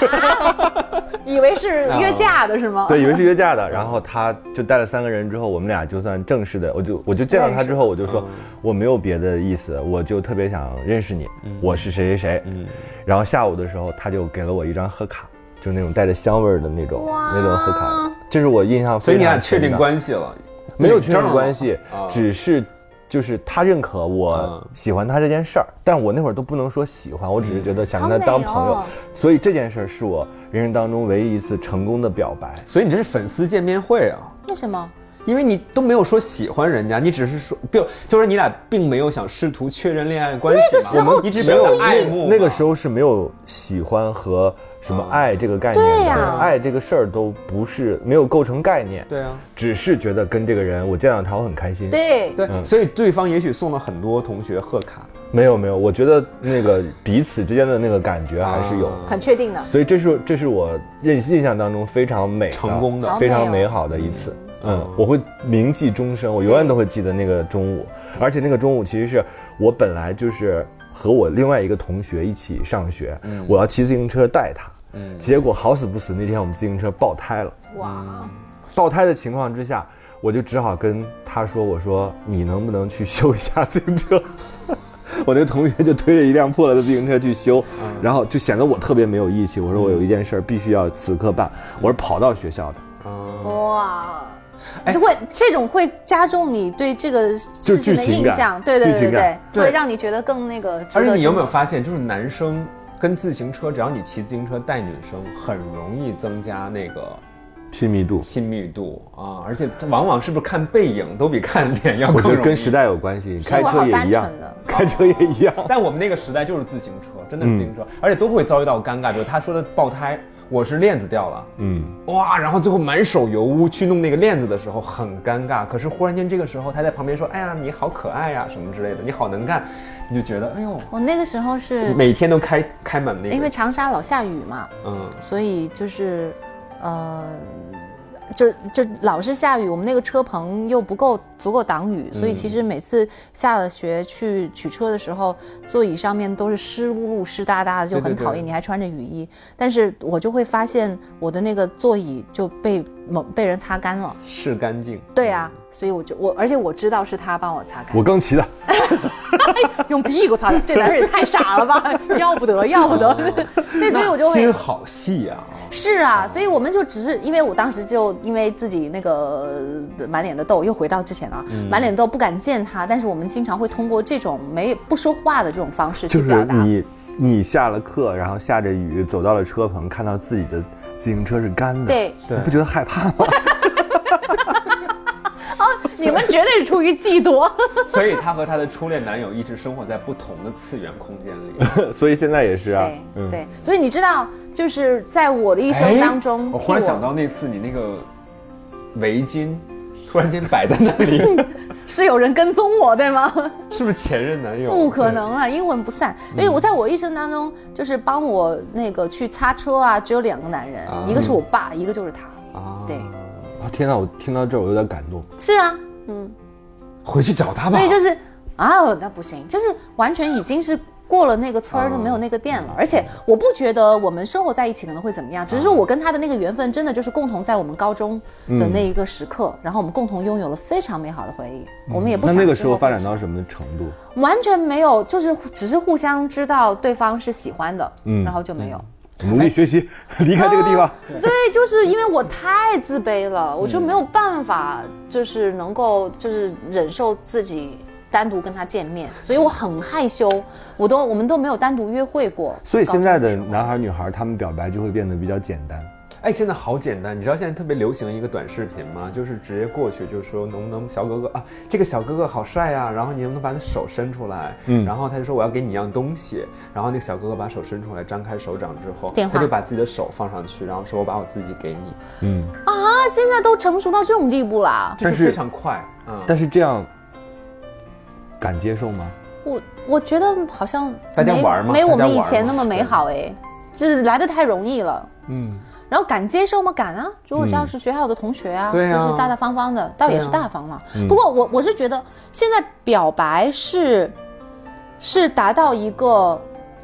Speaker 4: 哦
Speaker 5: 以为是约架的是吗？
Speaker 3: 对，以为是约架的，然后他就带了三个人之后，我们俩就算正式的，我就我就见到他之后，我就说
Speaker 4: 嗯
Speaker 3: 我没有别的意思，我就特别想认识你，我是谁谁谁，
Speaker 4: 嗯
Speaker 3: 然后下午的时候他就给了我一张贺卡，就那种带着香味儿的那种
Speaker 5: 哇
Speaker 3: 那种贺卡，这是我印象
Speaker 4: 所
Speaker 3: 非常深的，
Speaker 4: 以你俩确定关系了？
Speaker 3: 没有确
Speaker 4: 正
Speaker 3: 认关系，
Speaker 4: 啊
Speaker 3: 只是就是他认可我
Speaker 4: 嗯
Speaker 3: 喜欢他这件事儿，但我那会儿都不能说喜欢，我只是觉得想跟他
Speaker 5: 好美
Speaker 3: 当朋友
Speaker 5: 哦，
Speaker 3: 所以这件事儿是我人生当中唯一一次成功的表白。
Speaker 4: 所以你这是粉丝见面会啊。
Speaker 5: 为什么？
Speaker 4: 因为你都没有说喜欢人家，你只是说，并就是你俩并没有想试图确认恋爱关系嘛，
Speaker 5: 那个时候
Speaker 4: 我们一直没有爱慕嘛，
Speaker 3: 那个时候是没有喜欢和什么爱这个概念
Speaker 5: 对
Speaker 3: 的，
Speaker 5: 呀
Speaker 3: 爱这个事儿都不是没有构成概念，
Speaker 4: 对啊，
Speaker 3: 只是觉得跟这个人我见到他我很开心。
Speaker 5: 对，
Speaker 4: 对，所以对方也许送了很多同学贺卡，
Speaker 3: 没有没有，我觉得那个彼此之间的那个感觉还是有
Speaker 4: 啊
Speaker 3: 的。
Speaker 5: 很确定的。
Speaker 3: 所以这是这是我认印象当中非常美的
Speaker 4: 成功的
Speaker 5: 好
Speaker 3: 非常
Speaker 5: 美
Speaker 3: 美
Speaker 5: 哦
Speaker 3: 好的一次。
Speaker 4: 嗯
Speaker 3: 嗯，我会铭记终生，我永远都会记得那个中午，而且那个中午其实是我本来就是和我另外一个同学一起上学，我要骑自行车带他，
Speaker 4: 嗯
Speaker 3: 结果好死不死那天我们自行车爆胎了，
Speaker 5: 哇，
Speaker 3: 爆胎的情况之下，我就只好跟他说：“我说你能不能去修一下自行车？” 我那个同学就推着一辆破了的自行车去修，
Speaker 4: 嗯
Speaker 3: 然后就显得我特别没有义气。我说我有一件事儿必须要此刻办，我是跑到学校的，
Speaker 4: 啊，
Speaker 5: 哇，这会这种会加重你对这个事情
Speaker 3: 哎就剧
Speaker 5: 的
Speaker 3: 情
Speaker 5: 印
Speaker 3: 感
Speaker 5: 象，对对
Speaker 3: 剧
Speaker 5: 对
Speaker 3: 情
Speaker 5: 对
Speaker 3: 感，
Speaker 5: 会
Speaker 4: 对
Speaker 5: 让你觉得更那个值得
Speaker 4: 而
Speaker 5: 珍惜。
Speaker 4: 且你有没有发现，就是男生跟自行车，只要你骑自行车带女生，很容易增加那个
Speaker 3: 亲密度，
Speaker 4: 亲密度啊，而且往往是不是看背影都比看脸要
Speaker 3: 我
Speaker 4: 更
Speaker 3: 觉
Speaker 4: 容易
Speaker 3: 得跟时。代有关系，
Speaker 5: 所
Speaker 3: 开
Speaker 5: 以我
Speaker 3: 车
Speaker 5: 好
Speaker 3: 也
Speaker 5: 单
Speaker 3: 一样
Speaker 5: 纯，啊的。
Speaker 3: 开车也一 样。
Speaker 4: 但我们那个时代就是自行车，真的是自行车，
Speaker 3: 嗯
Speaker 4: 而且都会遭遇到尴尬，比如他说的爆胎，我是链子掉了，
Speaker 3: 嗯，
Speaker 4: 哇，然后最后满手油污去弄那个链子的时候很尴尬，可是忽然间这个时候他在旁边说，哎呀你好可爱呀、什么之类的，你好能干，你就觉得哎呦，
Speaker 5: 我那个时候是
Speaker 4: 每天都开开满那个，
Speaker 5: 嗯因为长沙老下雨嘛，
Speaker 4: 嗯
Speaker 5: 所以就是，呃，就就老是下雨，我们那个车棚又不够足够挡雨，所以其
Speaker 4: 嗯
Speaker 5: 实每次下了学去取车的时候，座椅上面都是湿漉漉、湿哒哒的，就
Speaker 4: 对
Speaker 5: 很
Speaker 4: 对
Speaker 5: 讨厌。
Speaker 4: 对
Speaker 5: 你还穿着雨衣，但是我就会发现我的那个座椅就被某被人擦干了。
Speaker 4: 是干净，
Speaker 5: 对啊，所以我就我，而且我知道是他帮我擦干
Speaker 3: 我，刚骑的，
Speaker 5: 哎用屁股擦的，这男人也太傻了 吧，要不得，要不得。
Speaker 4: 哦
Speaker 5: 对，所以我就会
Speaker 4: 心好细啊，
Speaker 5: 是啊，所以我们就只是因为我当时就因为自己那个呃满脸的痘，又回到之前了，
Speaker 4: 嗯
Speaker 5: 满脸痘不敢见他，但是我们经常会通过这种没不说话的这种方式去
Speaker 3: 就是
Speaker 5: 表达。
Speaker 3: 你你下了课，然后下着雨走到了车棚，看到自己的自行车是干的，
Speaker 5: 对
Speaker 3: 你不觉得害怕吗？
Speaker 5: 你们绝对是出于嫉 妒。
Speaker 4: 所以她和她的初恋男友一直生活在不同的次元空间里。
Speaker 3: 所以现在也是啊
Speaker 5: 对，对，所以你知道，就是在我的一生当中，
Speaker 4: 嗯哎我忽然
Speaker 5: 替
Speaker 4: 想到那次你那个围巾， 突然间摆在那 里，
Speaker 5: 是有人跟踪我，对吗？
Speaker 4: 是不是前任男友？
Speaker 5: 不可能啊，阴魂不散。所
Speaker 4: 嗯
Speaker 5: 以我在我一生当中，就是帮我那个去擦车啊，只有两个男人，
Speaker 4: 啊
Speaker 5: 一个是我爸，一个就是他。对
Speaker 4: 对啊
Speaker 3: 啊天哪，我听到这儿我有点感动。
Speaker 5: 是啊，
Speaker 4: 回去找他
Speaker 5: 哦
Speaker 4: 吧。
Speaker 5: 所以就是啊，那不行，就是完全已经是。过了那个村儿就没有那个店了。
Speaker 4: 嗯
Speaker 5: 而且我不觉得我们生活在一起可能会怎么样，只是
Speaker 4: 啊
Speaker 5: 说我跟他的那个缘分真的就是共同在我们高中
Speaker 4: 嗯
Speaker 5: 的那一个时刻，然后我们共同拥有了非常美好的回忆。我们也
Speaker 4: 嗯
Speaker 5: 不
Speaker 3: 那
Speaker 5: 想
Speaker 3: 那个
Speaker 5: 之
Speaker 3: 时
Speaker 5: 后
Speaker 3: 候发
Speaker 5: 会
Speaker 3: 展到什么程度？
Speaker 5: 完全没有，就是只是互相知道对方是喜欢的，然后就没有。哦
Speaker 3: 努力学习，
Speaker 5: 哎
Speaker 3: 离嗯开这个地方。
Speaker 5: 对，就是因为我太自卑了，我就没有办法，就是能够就是忍受自己单独跟他见面，所以我很害羞，我都我们都没有单独约会过。
Speaker 3: 所以现在的
Speaker 5: 高中时候
Speaker 3: 男孩女孩，他们表白就会变得比较简单。
Speaker 4: 哎，现在好简单，你知道现在特别流行一个短视频吗？就是直接过去就说能不能小哥哥啊，这个小哥哥好帅呀、然后你能不能把你手伸出来？
Speaker 3: 嗯
Speaker 4: 然后他就说我要给你一样东西，然后那个小哥哥把手伸出来，张开手掌之后，
Speaker 5: 电话
Speaker 4: 他就把自己的手放上去，然后说我把我自己给你，
Speaker 3: 嗯，
Speaker 5: 啊，现在都成熟到这种地步啦，
Speaker 4: 这
Speaker 3: 但
Speaker 4: 就是非常快
Speaker 5: 嗯
Speaker 4: 啊。
Speaker 3: 但是这样敢接受吗？
Speaker 5: 我我觉得好像
Speaker 4: 大家
Speaker 5: 没
Speaker 4: 玩嘛
Speaker 5: 没我
Speaker 4: 大家
Speaker 5: 们以
Speaker 4: 玩
Speaker 5: 前
Speaker 4: 嘛
Speaker 5: 那么美好哎，就是来的太容易了。
Speaker 3: 嗯，
Speaker 5: 然后敢接受吗？敢啊！如果只要
Speaker 3: 嗯
Speaker 5: 是学校的同学啊，
Speaker 4: 对啊
Speaker 5: 就是大大方方的，倒也是
Speaker 4: 对啊
Speaker 5: 大方嘛。
Speaker 3: 嗯
Speaker 5: 不过我我是觉得现在表白是是达到一个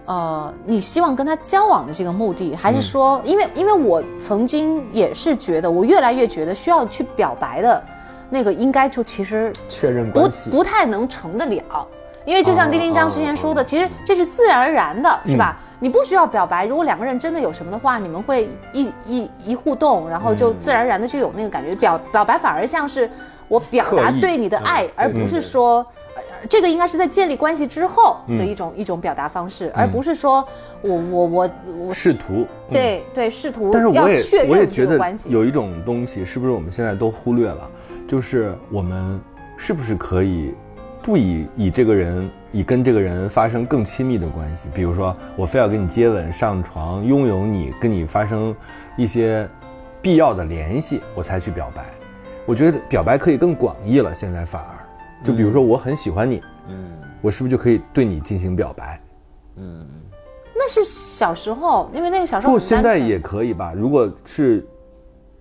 Speaker 5: 呃你希望跟他交往的这个目的，
Speaker 4: 嗯
Speaker 5: 还是说、因为因为我曾经也是觉得，我越来越觉得需要去表白的那个应该就其实
Speaker 4: 确认
Speaker 5: 不
Speaker 4: 关系
Speaker 5: 不太能成得了，因为就像
Speaker 4: 哦
Speaker 5: 丁丁张之前说的，其实这是自然而然的，是吧？
Speaker 3: 嗯
Speaker 5: 你不需要表白，如果两个人真的有什么的话，你们会一一一互动，然后
Speaker 3: 嗯
Speaker 5: 就自然而然的就有那个感觉。表表白反而像是我表达
Speaker 4: 刻意
Speaker 5: 对你的
Speaker 4: 嗯
Speaker 5: 爱，而
Speaker 4: 对
Speaker 5: 不是
Speaker 4: 对
Speaker 5: 说。呃这个应该是在建立关系之后
Speaker 3: 嗯
Speaker 5: 的一种、一种表达方式，而不是说我我我我
Speaker 3: 试图。
Speaker 5: 对对试
Speaker 3: 嗯
Speaker 5: 图
Speaker 3: 但是
Speaker 5: 要
Speaker 3: 我也
Speaker 5: 确
Speaker 3: 我也
Speaker 5: 认
Speaker 3: 觉
Speaker 5: 这个
Speaker 3: 得
Speaker 5: 关系。
Speaker 3: 有一种东西，是不是我们现在都忽略了？就是我们是不是可以不以以这个人，以跟这个人发生更亲密的关系？比如说，我非要跟你接吻、上床、拥有你，跟你发生一些必要的联系，我才去表白。我觉得表白可以更广义了，现在反而，就比如说我很喜欢你，
Speaker 4: 嗯
Speaker 3: 我是不是就可以对你进行表白？
Speaker 4: 嗯，
Speaker 5: 那是小时候，因为那个小时候
Speaker 3: 不，
Speaker 5: 很单
Speaker 3: 现在
Speaker 5: 纯
Speaker 3: 也可以吧？如果是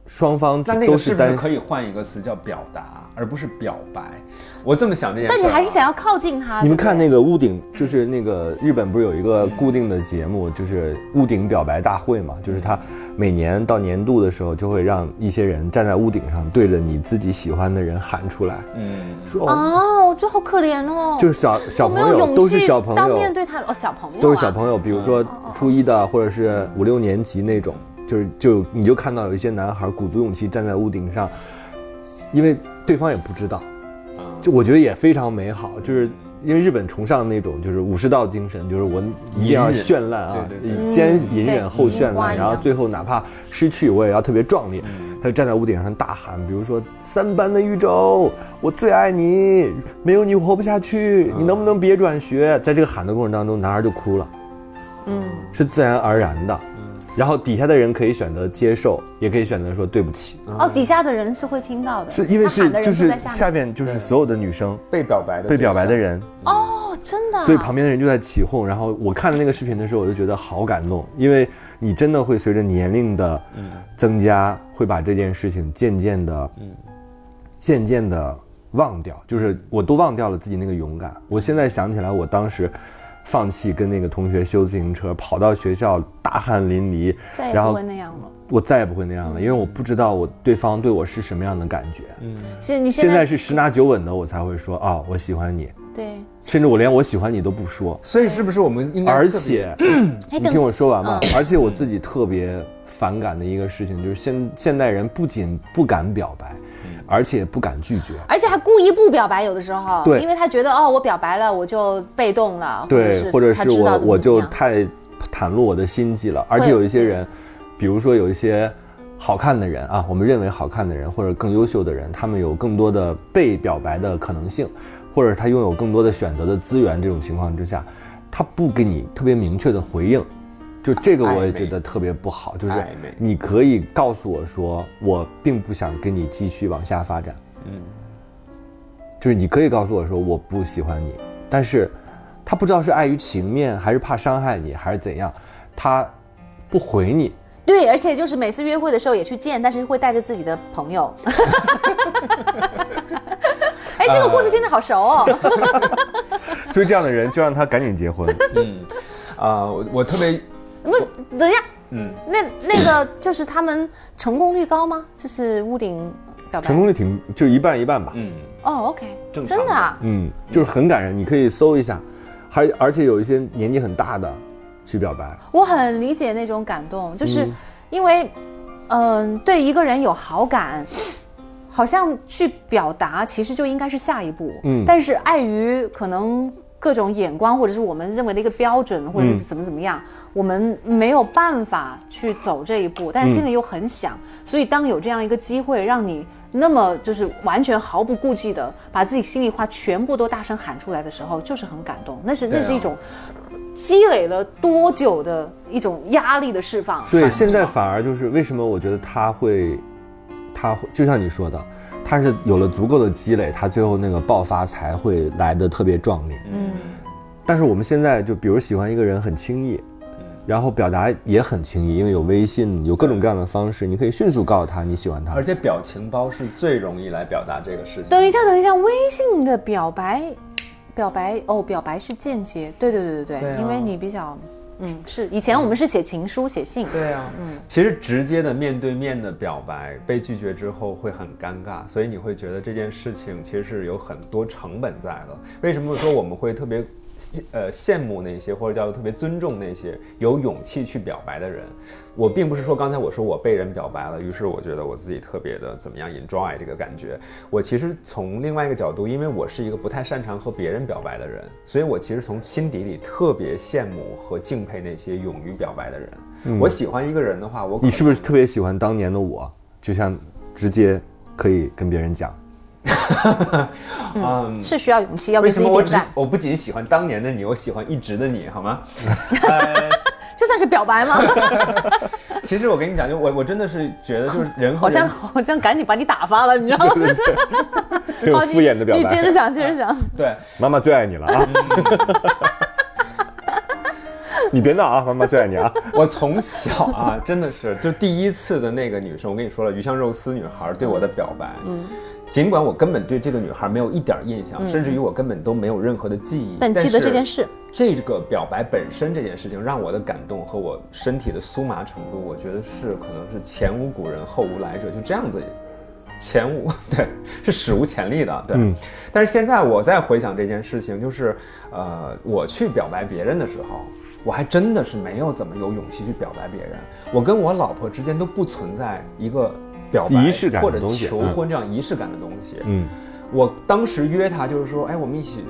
Speaker 3: 双方
Speaker 4: 那那个
Speaker 3: 都
Speaker 4: 是不
Speaker 3: 单
Speaker 4: 是可以换一个词叫表达，而不是表白？我这么想这件事、啊，
Speaker 5: 但你还是想要靠近他。
Speaker 3: 你们
Speaker 5: 啊对不对
Speaker 3: 看那个屋顶，就是那个日本不是有一个固定的节目，就是屋顶表白大会
Speaker 5: 嗯
Speaker 3: 嘛？就是他每年到年度的时候，就会让一些人站在屋顶上，对着你自己喜欢的人喊出来，
Speaker 4: 嗯。
Speaker 3: 说、哦、
Speaker 5: 哦，我觉得好可怜哦，
Speaker 3: 就是小小
Speaker 5: 我没
Speaker 3: 朋
Speaker 5: 有
Speaker 3: 友
Speaker 5: 勇
Speaker 3: 都
Speaker 5: 气
Speaker 3: 是小朋
Speaker 5: 当
Speaker 3: 友，
Speaker 5: 面对嗯他哦，小朋友、啊、
Speaker 3: 都是小朋友，比如说初一的或者是五六年级那种，就是就你就看到有一些男孩鼓足勇气站在屋顶上，因为对方也不知道，就我觉得也非常美好，就是。因为日本崇尚那种就是武士道精神，就是我一定要
Speaker 4: 隐忍
Speaker 3: 绚烂啊，
Speaker 4: 对对
Speaker 5: 对
Speaker 3: 先
Speaker 5: 嗯
Speaker 3: 隐
Speaker 5: 对
Speaker 3: 忍后
Speaker 5: 樱
Speaker 3: 绚
Speaker 5: 花
Speaker 3: 烂，
Speaker 5: 一
Speaker 3: 然后
Speaker 5: 样嗯
Speaker 3: 最后哪怕失去我也要特别壮烈。他就站在屋顶上大喊，比如说三班的玉州，我最爱你，没有你我活不下去，你能不能别转学？在这个喊的过程当中，男孩就哭了。
Speaker 5: 嗯，
Speaker 3: 是自然而然的。然后底下的人可以选择接受，也可以选择说对不起，
Speaker 5: 哦，底下的人是会听到的，
Speaker 3: 嗯是因为
Speaker 5: 他
Speaker 3: 是
Speaker 5: 喊的
Speaker 3: 就
Speaker 5: 人
Speaker 3: 是
Speaker 5: 在下面
Speaker 3: 下边就是所有的女生
Speaker 4: 被表白的
Speaker 3: 被表白的
Speaker 4: 对
Speaker 3: 人，
Speaker 5: 哦，真的啊、
Speaker 3: 所以旁边的人就在起哄。然后我看那个视频的时候，我就觉得好感动，因为你真的会随着年龄的
Speaker 4: 嗯
Speaker 3: 增加，会把这件事情渐渐的，渐渐的忘掉。就是我都忘掉了自己那个勇敢。我现在想起来，我当时放弃跟那个同学修自行车，跑到学校大汗淋漓，
Speaker 5: 再也
Speaker 3: 然
Speaker 5: 不
Speaker 3: 后
Speaker 5: 会那样了。
Speaker 3: 我再也不会那
Speaker 4: 嗯
Speaker 3: 样了，因为我不知道我对方对我是什么样的感觉。
Speaker 5: 是你
Speaker 3: 现
Speaker 5: 现在
Speaker 3: 在是十拿九稳的，我才会说啊、我喜欢你，
Speaker 5: 对，
Speaker 3: 甚至我连我喜欢你都不说。
Speaker 4: 所以是不是我们应该
Speaker 3: 而
Speaker 4: 特别
Speaker 3: 且，
Speaker 5: 哎，
Speaker 3: 你听
Speaker 5: 等嗯
Speaker 3: 我说完嘛。而且我自己特别反感的一个事情就是现现代人不仅不敢表白，而且不敢拒绝。
Speaker 5: 而且还故意不表白，有的时候，
Speaker 3: 对
Speaker 5: 因为他觉得哦，我表白了我就被动了，
Speaker 3: 对，或
Speaker 5: 或
Speaker 3: 者
Speaker 5: 者是他
Speaker 3: 是
Speaker 5: 知道
Speaker 3: 我
Speaker 5: 怎么
Speaker 3: 我
Speaker 5: 怎么
Speaker 3: 就
Speaker 5: 样
Speaker 3: 太袒露我的心机了，而且有一些人，比如说有一些好看的人啊，我们认为好看的人或者更优秀的人，他们有更多的被表白的可能性，或者他拥有更多的选择的资源，这种情况之下，他不给你特别明确的回应。就这
Speaker 5: 哎
Speaker 3: 个，我也觉得特别不好。就是
Speaker 4: 暧昧
Speaker 3: 你可以告诉我说，我并不想跟你继续往下发展，
Speaker 4: 嗯
Speaker 3: 就是你可以告诉我说我不喜欢你，但是他不知道是碍于情面，还是怕伤害你，还是怎样，他不回你，
Speaker 5: 对，而且就是每次约会的时候也去见，但是会带着自己的 朋友。 哎，这个故事听着好熟哦。
Speaker 3: 所以这样的人就让他赶紧结婚。
Speaker 4: 嗯，啊、我我特别，
Speaker 5: 不，等一下，
Speaker 4: 嗯，
Speaker 5: 那那个就是他们成功率高吗？就是屋顶表白
Speaker 3: 成功率挺就一半一半吧。
Speaker 4: 嗯，
Speaker 5: 哦，OK，
Speaker 4: 正常
Speaker 5: 真的啊，
Speaker 3: 嗯，就是很感人，你可以搜一下，还而且有一些年纪很大的去表白，
Speaker 5: 我很理解那种感动，就是因为，嗯、对一个人有好感，好像去表达其实就应该是下一步，
Speaker 3: 嗯
Speaker 5: 但是碍于可能。各种眼光，或者是我们认为的一个标准，或者是
Speaker 3: 嗯
Speaker 5: 怎么怎么样，我们没有办法去走这一步，但是心里又很想，所以当有这样一个机会，让你那么就是完全毫不顾忌的把自己心里话全部都大声喊出来的时候，就是很感动，那是、
Speaker 4: 对
Speaker 5: 那
Speaker 4: 啊
Speaker 5: 是一种积累了多久的一种压力的释放？
Speaker 3: 对，现在反而就是为什么我觉得他会，他会就像你说的，他是有了足够的积累，他最后那个爆发才会来的特别壮烈。
Speaker 5: 嗯，
Speaker 3: 但是我们现在就比如喜欢一个人很轻易，然后表达也很轻易，因为有微信，有各种各样的方式，你可以迅速告诉他你喜欢他
Speaker 4: 而。且表情包是最容易来表达这个事情。
Speaker 5: 等一下，等一下，微信的表白，表白哦，表白是间接，对对对对对，
Speaker 4: 对啊
Speaker 5: 因为你比较，嗯，是以前我们是写情书、写信，
Speaker 4: 对啊，嗯，其实直接的面对面的表白被拒绝之后会很尴尬，所以你会觉得这件事情其实是有很多成本在的。为什么说我们会特别？呃，羡慕那些或者叫做特别尊重那些有勇气去表白的人。我并不是说刚才我说我被人表白了，于是我觉得我自己特别的怎么样 enjoy 这个感觉。我其实从另外一个角度，因为我是一个不太擅长和别人表白的人，所以我其实从心底里特别羡慕和敬佩那些勇于表白的人。我喜欢一个人的话，我
Speaker 3: 嗯
Speaker 4: 可
Speaker 3: 你是不是特别喜欢当年的我？就像直接可以跟别人 讲，
Speaker 4: 嗯，
Speaker 5: 是需要勇气，要
Speaker 4: 为
Speaker 5: 给
Speaker 4: 什
Speaker 5: 自
Speaker 4: 么
Speaker 5: 己
Speaker 4: 我
Speaker 5: 点
Speaker 4: 只
Speaker 5: 赞，
Speaker 4: 我不仅喜欢当年的你，我喜欢一直的你，好吗？
Speaker 5: 这算是表白吗？
Speaker 4: 其实我跟你讲，就我我真的是觉得，就是人和
Speaker 5: 好像
Speaker 4: 人
Speaker 5: 好像赶紧把你打发了，你知道吗？
Speaker 3: 这种
Speaker 5: 好
Speaker 3: 敷衍的表
Speaker 5: 你你接着
Speaker 3: 白。
Speaker 5: 讲，接着讲。
Speaker 4: 对
Speaker 3: 妈妈最爱你了啊！ 你别闹啊，妈妈最爱你啊！
Speaker 4: 我从小啊，真的是就第一次的那个女生，我跟你说了，鱼香肉丝女孩对我的表白，嗯，尽管我根本对这个女孩没有一点印象，甚至于我根本都没有任何的记忆，
Speaker 5: 嗯但记得这件
Speaker 4: 事。
Speaker 5: 事，
Speaker 4: 这个表白本身这件事情让我的感动和我身体的酥麻程度，我觉得是可能是前无古人后无来者，就这样子，前无对是史无前例的，对。
Speaker 3: 嗯
Speaker 4: 但是现在我再回想这件事情，就是呃，我去表白别人的时候，我还真的是没有怎么有勇气去表白别人，我跟我老婆之间都不存在一个表白
Speaker 3: 仪式感的
Speaker 4: 或者
Speaker 3: 东西
Speaker 4: 求
Speaker 3: 嗯
Speaker 4: 婚这样仪式感的东西，
Speaker 3: 嗯，
Speaker 4: 我当时约他就是说，哎，我们一起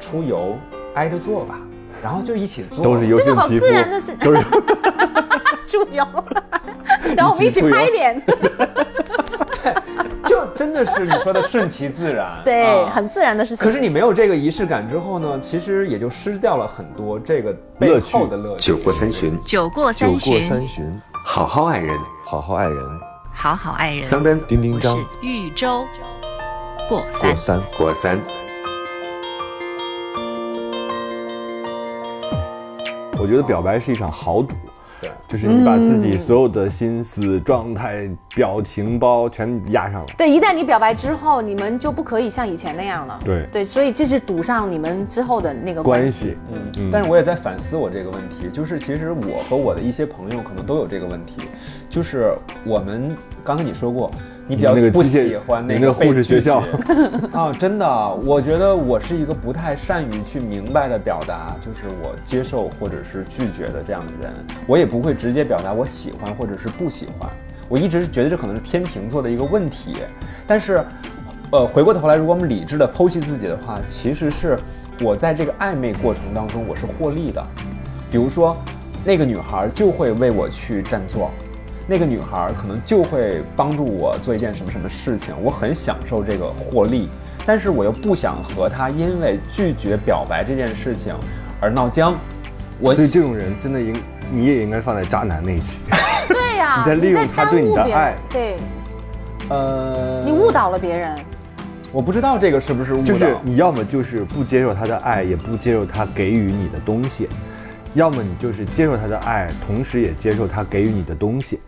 Speaker 4: 出游，挨着坐吧，然后就一起坐，
Speaker 3: 都是油
Speaker 5: 这
Speaker 3: 性
Speaker 5: 好啊
Speaker 3: 皮肤
Speaker 5: 自，然的事，
Speaker 3: 都 是
Speaker 5: 祝你 哦然后我们一起拍脸，
Speaker 4: 就真的是你说的顺其自然，
Speaker 5: 对，
Speaker 4: 啊
Speaker 5: 很自然的事情。
Speaker 4: 可是你没有这个仪式感之后呢，其实也就失掉了很多这个背
Speaker 3: 乐趣
Speaker 4: 后的乐趣。
Speaker 1: 酒过三巡，
Speaker 2: 酒过
Speaker 3: 酒
Speaker 2: 三
Speaker 3: 过
Speaker 2: 巡，
Speaker 3: 三巡，
Speaker 1: 好好爱人。
Speaker 3: 好好爱人，
Speaker 2: 好好爱人。
Speaker 1: 桑丹
Speaker 3: 丁丁
Speaker 2: 我是
Speaker 3: 张
Speaker 2: 豫州过
Speaker 3: 过
Speaker 2: 三。
Speaker 3: 三。
Speaker 1: 果三，
Speaker 3: 我觉得表白是一场豪赌，
Speaker 4: 对
Speaker 3: 就是你把自
Speaker 2: 嗯
Speaker 3: 己所有的心思、状态、表情包全压上了。
Speaker 5: 对，一旦你表白之后，你们就不可以像以前那样了。
Speaker 3: 对
Speaker 5: 对，所以这是赌上你们之后的那个
Speaker 3: 关
Speaker 5: 关系。
Speaker 3: 系，
Speaker 4: 嗯，但是我也在反思我这个问题，就是其实我和我的一些朋友可能都有这个问题，就是我们刚才你说过，你比较
Speaker 3: 你那个
Speaker 4: 不
Speaker 3: 机械
Speaker 4: 喜欢那
Speaker 3: 你那个
Speaker 4: 被
Speaker 3: 护士
Speaker 4: 拒
Speaker 3: 学校
Speaker 4: 绝啊，真的，我觉得我是一个不太善于去明白的表达，就是我接受或者是拒绝的这样的人，我也不会直接表达我喜欢或者是不喜欢。我一直觉得这可能是天秤座的一个问题，但是，呃，回过头来，如果我们理智的剖析自己的话，其实是我在这个暧昧过程当中我是获利的，比如说，那个女孩就会为我去占座，那个女孩可能就会帮助我做一件什么什么事情，我很享受这个获利，但是我又不想和她因为拒绝表白这件事情而闹僵。我
Speaker 3: 所以这种人真的应你也应该放在渣男那一期。
Speaker 5: 对呀、
Speaker 3: 你在利用他
Speaker 5: 耽
Speaker 3: 对你
Speaker 5: 误
Speaker 3: 的
Speaker 5: 别人
Speaker 3: 爱
Speaker 5: 对
Speaker 4: 呃，
Speaker 5: 你误，导了别人。
Speaker 3: 嗯
Speaker 4: 我不知道这个是不是误导，
Speaker 3: 就是你要么就是不接受他的爱，也不接受他给予你的东西，要么你就是接受他的爱，同时也接受他给予你的东西。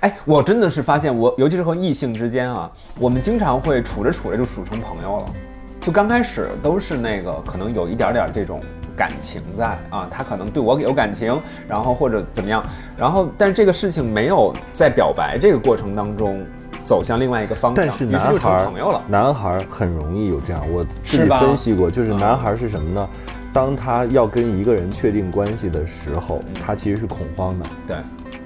Speaker 4: 哎，我真的是发现我，尤其是和异性之间啊，我们经常会处着处着就处成朋友了，就刚开始都是那个可能有一点点这种感情在啊，他可能对我有感情，然后或者怎么样，然后但这个事情没有在表白这个过程当中走向另外一个方向，
Speaker 3: 但是
Speaker 4: 于是
Speaker 3: 男
Speaker 4: 就成
Speaker 3: 孩儿
Speaker 4: 朋友了，。
Speaker 3: 男孩儿很容易有这样，我自
Speaker 4: 是
Speaker 3: 己
Speaker 4: 吧
Speaker 3: 分析过，就是
Speaker 4: 嗯
Speaker 3: 男孩儿是什么呢？当他要跟一个人确定关系的时候，
Speaker 4: 嗯
Speaker 3: 他其实是恐慌的，
Speaker 4: 对，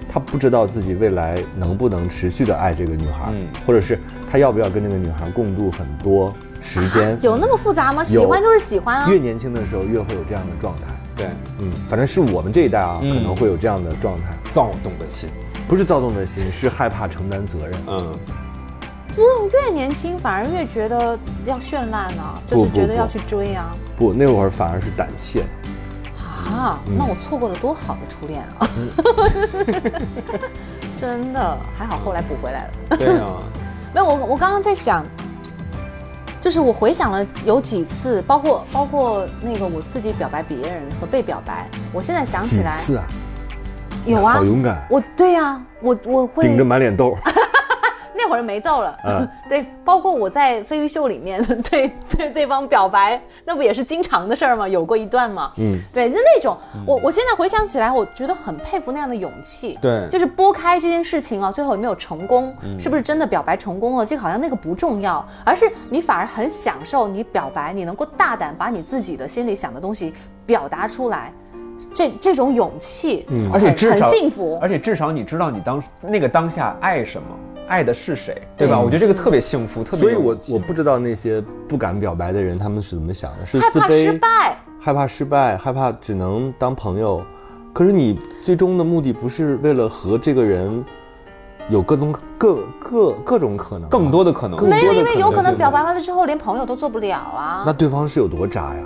Speaker 3: 他不知道自己未来能不能持续的爱这个女孩儿，
Speaker 4: 嗯
Speaker 3: 或者是他要不要跟这个女孩儿共度很多时间。
Speaker 5: 有那么复杂吗？喜
Speaker 3: 有
Speaker 5: 欢就是喜欢啊
Speaker 3: 越。年轻的时候越会有这样的状态。
Speaker 4: 对，
Speaker 3: 嗯，反正是我们这一代啊，
Speaker 4: 嗯
Speaker 3: 可能会有这样的状态，
Speaker 4: 躁动的心，
Speaker 3: 不是躁动的心，是害怕承担责任。
Speaker 4: 嗯，
Speaker 5: 不，越年轻反而越觉得要绚烂啊，就
Speaker 3: 不
Speaker 5: 是
Speaker 3: 不
Speaker 5: 觉得
Speaker 3: 不
Speaker 5: 要去追啊。
Speaker 3: 不，那会儿反而是胆怯。
Speaker 5: 啊，
Speaker 3: 嗯
Speaker 5: 那我错过了多好的初恋啊！
Speaker 3: 嗯
Speaker 5: 真的，还好后来补回来了。
Speaker 4: 对啊，
Speaker 5: 没有，我我刚刚在想，就是我回想了有几次，包括包括那个我自己表白别人和被表白，我现在想
Speaker 3: 几
Speaker 5: 起来
Speaker 3: 次啊？
Speaker 5: 有啊
Speaker 3: 好，勇敢，
Speaker 5: 我对呀、我我会
Speaker 3: 顶着满脸痘。
Speaker 5: 那会儿没痘了，
Speaker 3: 嗯
Speaker 5: 对，包括我在飞鱼秀里面 对对对方表白，那不也是经常的事儿吗？有过一段吗？
Speaker 3: 嗯，
Speaker 5: 对，就那种，我我现在回想起来，我觉得很佩服那样的勇气。
Speaker 4: 对
Speaker 5: 就是拨开这件事情啊，最后有没有成功，
Speaker 3: 嗯
Speaker 5: 是不是真的表白成功了？这个好像那个不重要，而是你反而很享受你表白，你能够大胆把你自己的心里想的东西表达出来，这这种勇气，
Speaker 3: 嗯
Speaker 4: 而且
Speaker 5: 很
Speaker 4: 至
Speaker 5: 很
Speaker 4: 少
Speaker 5: 幸福
Speaker 4: 而。且至少你知道你当那个当下爱什么，爱的是谁，对吧？
Speaker 3: 嗯
Speaker 5: 对
Speaker 4: 我觉得这个特别幸福，特别
Speaker 3: 所以
Speaker 4: 有
Speaker 3: 我
Speaker 4: 勇气
Speaker 3: 我不知道那些不敢表白的人他们是怎么想的，是
Speaker 5: 害
Speaker 3: 自
Speaker 5: 怕失
Speaker 3: 卑、
Speaker 5: 败，
Speaker 3: 害怕失败、害怕只能当朋友。可是你最终的目的不是为了和这个人有各种各各各种可能吗，
Speaker 4: 更多的可能
Speaker 3: 更多
Speaker 5: 没
Speaker 3: 的
Speaker 5: 有，因为有可能
Speaker 3: 性
Speaker 5: 表白完了之后连朋友都做不了啊。
Speaker 3: 那对方是有多渣呀？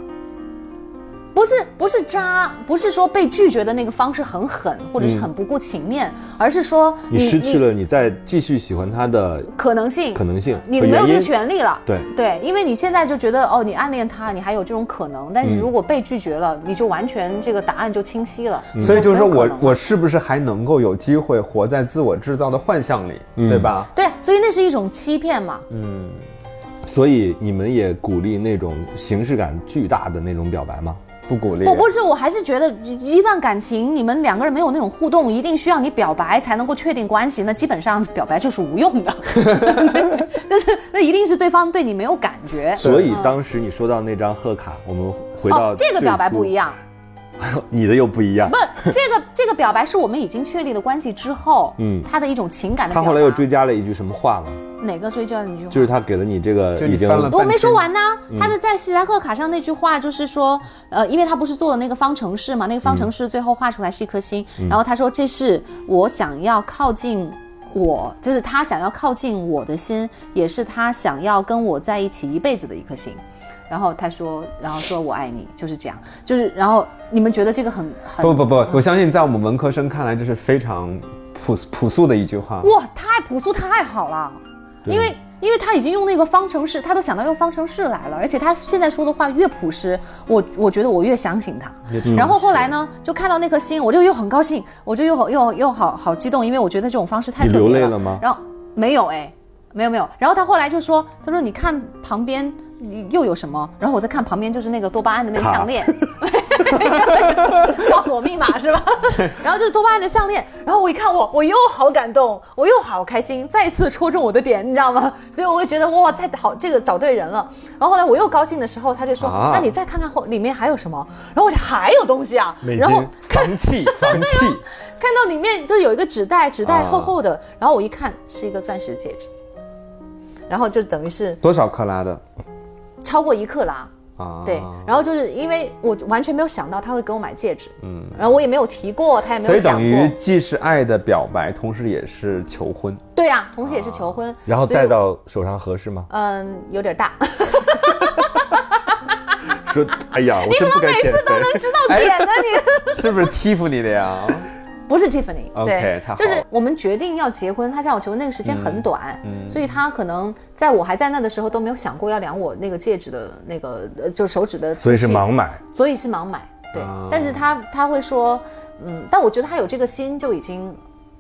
Speaker 5: 不是不是渣，不是说被拒绝的那个方式很狠，或者是很不顾情面，而是说
Speaker 3: 嗯你失去了你再继续喜欢他的
Speaker 5: 可能性，
Speaker 3: 可能性和
Speaker 5: 你没有
Speaker 3: 原
Speaker 5: 这个
Speaker 3: 因。
Speaker 5: 权利了。
Speaker 3: 对
Speaker 5: 对，因为你现在就觉得哦，你暗恋他，你还有这种可能，
Speaker 3: 嗯
Speaker 5: 但是如果被拒绝了，你就完全这个答案就清晰了。
Speaker 3: 嗯
Speaker 4: 所以就是说
Speaker 5: 没有可
Speaker 4: 我
Speaker 5: 能
Speaker 4: 我是不是还能够有机会活在自我制造的幻象里，对吧？
Speaker 5: 对，所以那是一种欺骗嘛。
Speaker 3: 所以你们也鼓励那种形式感巨大的那种表白吗？
Speaker 4: 不鼓励
Speaker 5: 不，不是，我还是觉得一段感情，你们两个人没有那种互动，一定需要你表白才能够确定关系。那基本上表白就是无用的， 就是那一定是对方对你没有感觉。
Speaker 3: 所以当时你收到那张贺卡，我们回
Speaker 5: 嗯哦
Speaker 3: 到，
Speaker 5: 这个表白不一
Speaker 3: 样，
Speaker 5: 样，
Speaker 3: 你的又不一样。
Speaker 5: 不，这个这个表白是我们已经确立的关系之后，
Speaker 3: 嗯
Speaker 5: 嗯，他的一种情感的
Speaker 3: 他
Speaker 5: 表达。
Speaker 3: 后来又追加了一句什么话吗？
Speaker 5: 哪个追究了你句话？
Speaker 3: 就是他给了你这个
Speaker 4: 就你
Speaker 3: 已经
Speaker 4: 翻了
Speaker 5: 我没说完呢，他的在史达克卡上那句话就是说，呃，因为他不是做了那个方程式嘛，那个方程式最后画出来是一颗星，然后他说这是我想要靠近我，就是他想要靠近我的心，也是他想要跟我在一起一辈子的一颗星。然后他说，然后说我爱你，就是这样，就是然后你们觉得这个很很
Speaker 4: 不不不，我相信在我们文科生看来，这是非常朴朴素的一句话。
Speaker 5: 哇，太朴素太好了，因为因为他已经用那个方程式，他都想到用方程式来了，而且他现在说的话越朴实，我我觉得我越相信他。然后后来呢，就看到那颗星，我就又很高兴，我就又好又又好好激动，因为我觉得这种方式太
Speaker 3: 你
Speaker 5: 特别
Speaker 3: 流
Speaker 5: 了。
Speaker 3: 泪了吗
Speaker 5: 然后没有哎，没有没有。然后他后来就说，他说你看旁边。你又有什么？然后我再看旁边就是那个多巴胺的那个
Speaker 3: 卡
Speaker 5: 项链， 告诉我密码是吧？然后就是多巴胺的项链，然后我一看我我又好感动，我又好开心，再一次戳中我的点，你知道吗？所以我会觉得哇，太好，这个找对人了。然后后来我又高兴的时候，他就说，
Speaker 4: 啊
Speaker 5: 那你再看看后里面还有什么？然后我想还有东西啊，
Speaker 3: 美
Speaker 5: 然后
Speaker 3: 金
Speaker 4: 房气，房气，
Speaker 5: 看到里面就有一个纸袋，纸袋
Speaker 4: 啊
Speaker 5: 厚厚的，然后我一看是一个钻石戒指，然后就等于是
Speaker 4: 多少克拉的
Speaker 5: 超过一克拉。
Speaker 4: 啊？
Speaker 5: 对，然后就是因为我完全没有想到他会给我买戒指，嗯，然后我也没有提过，他也没
Speaker 4: 所
Speaker 5: 有
Speaker 4: 以
Speaker 5: 讲
Speaker 4: 等
Speaker 5: 过，
Speaker 4: 于既是爱的表白，同时也是求婚。
Speaker 5: 对啊，同时也是求婚，
Speaker 3: 然后
Speaker 5: 所以
Speaker 3: 带到手上合适吗？
Speaker 5: 嗯，有点大，
Speaker 3: 说，哎呀，我真不该减肥。
Speaker 5: 知道点的你。
Speaker 4: 是不是欺负你的 呀？
Speaker 5: 不是 Tiffany，
Speaker 4: OK，
Speaker 5: 对
Speaker 4: 太好了
Speaker 5: 就是我们决定要结婚，他向我求婚那个时间很短，所以他可能在我还在那的时候都没有想过要量我那个戒指的那个，呃，就手指的，
Speaker 3: 所以是盲，买，
Speaker 5: 所以是盲买，对。
Speaker 4: 啊
Speaker 5: 但是他他会说，嗯，但我觉得他有这个心就已经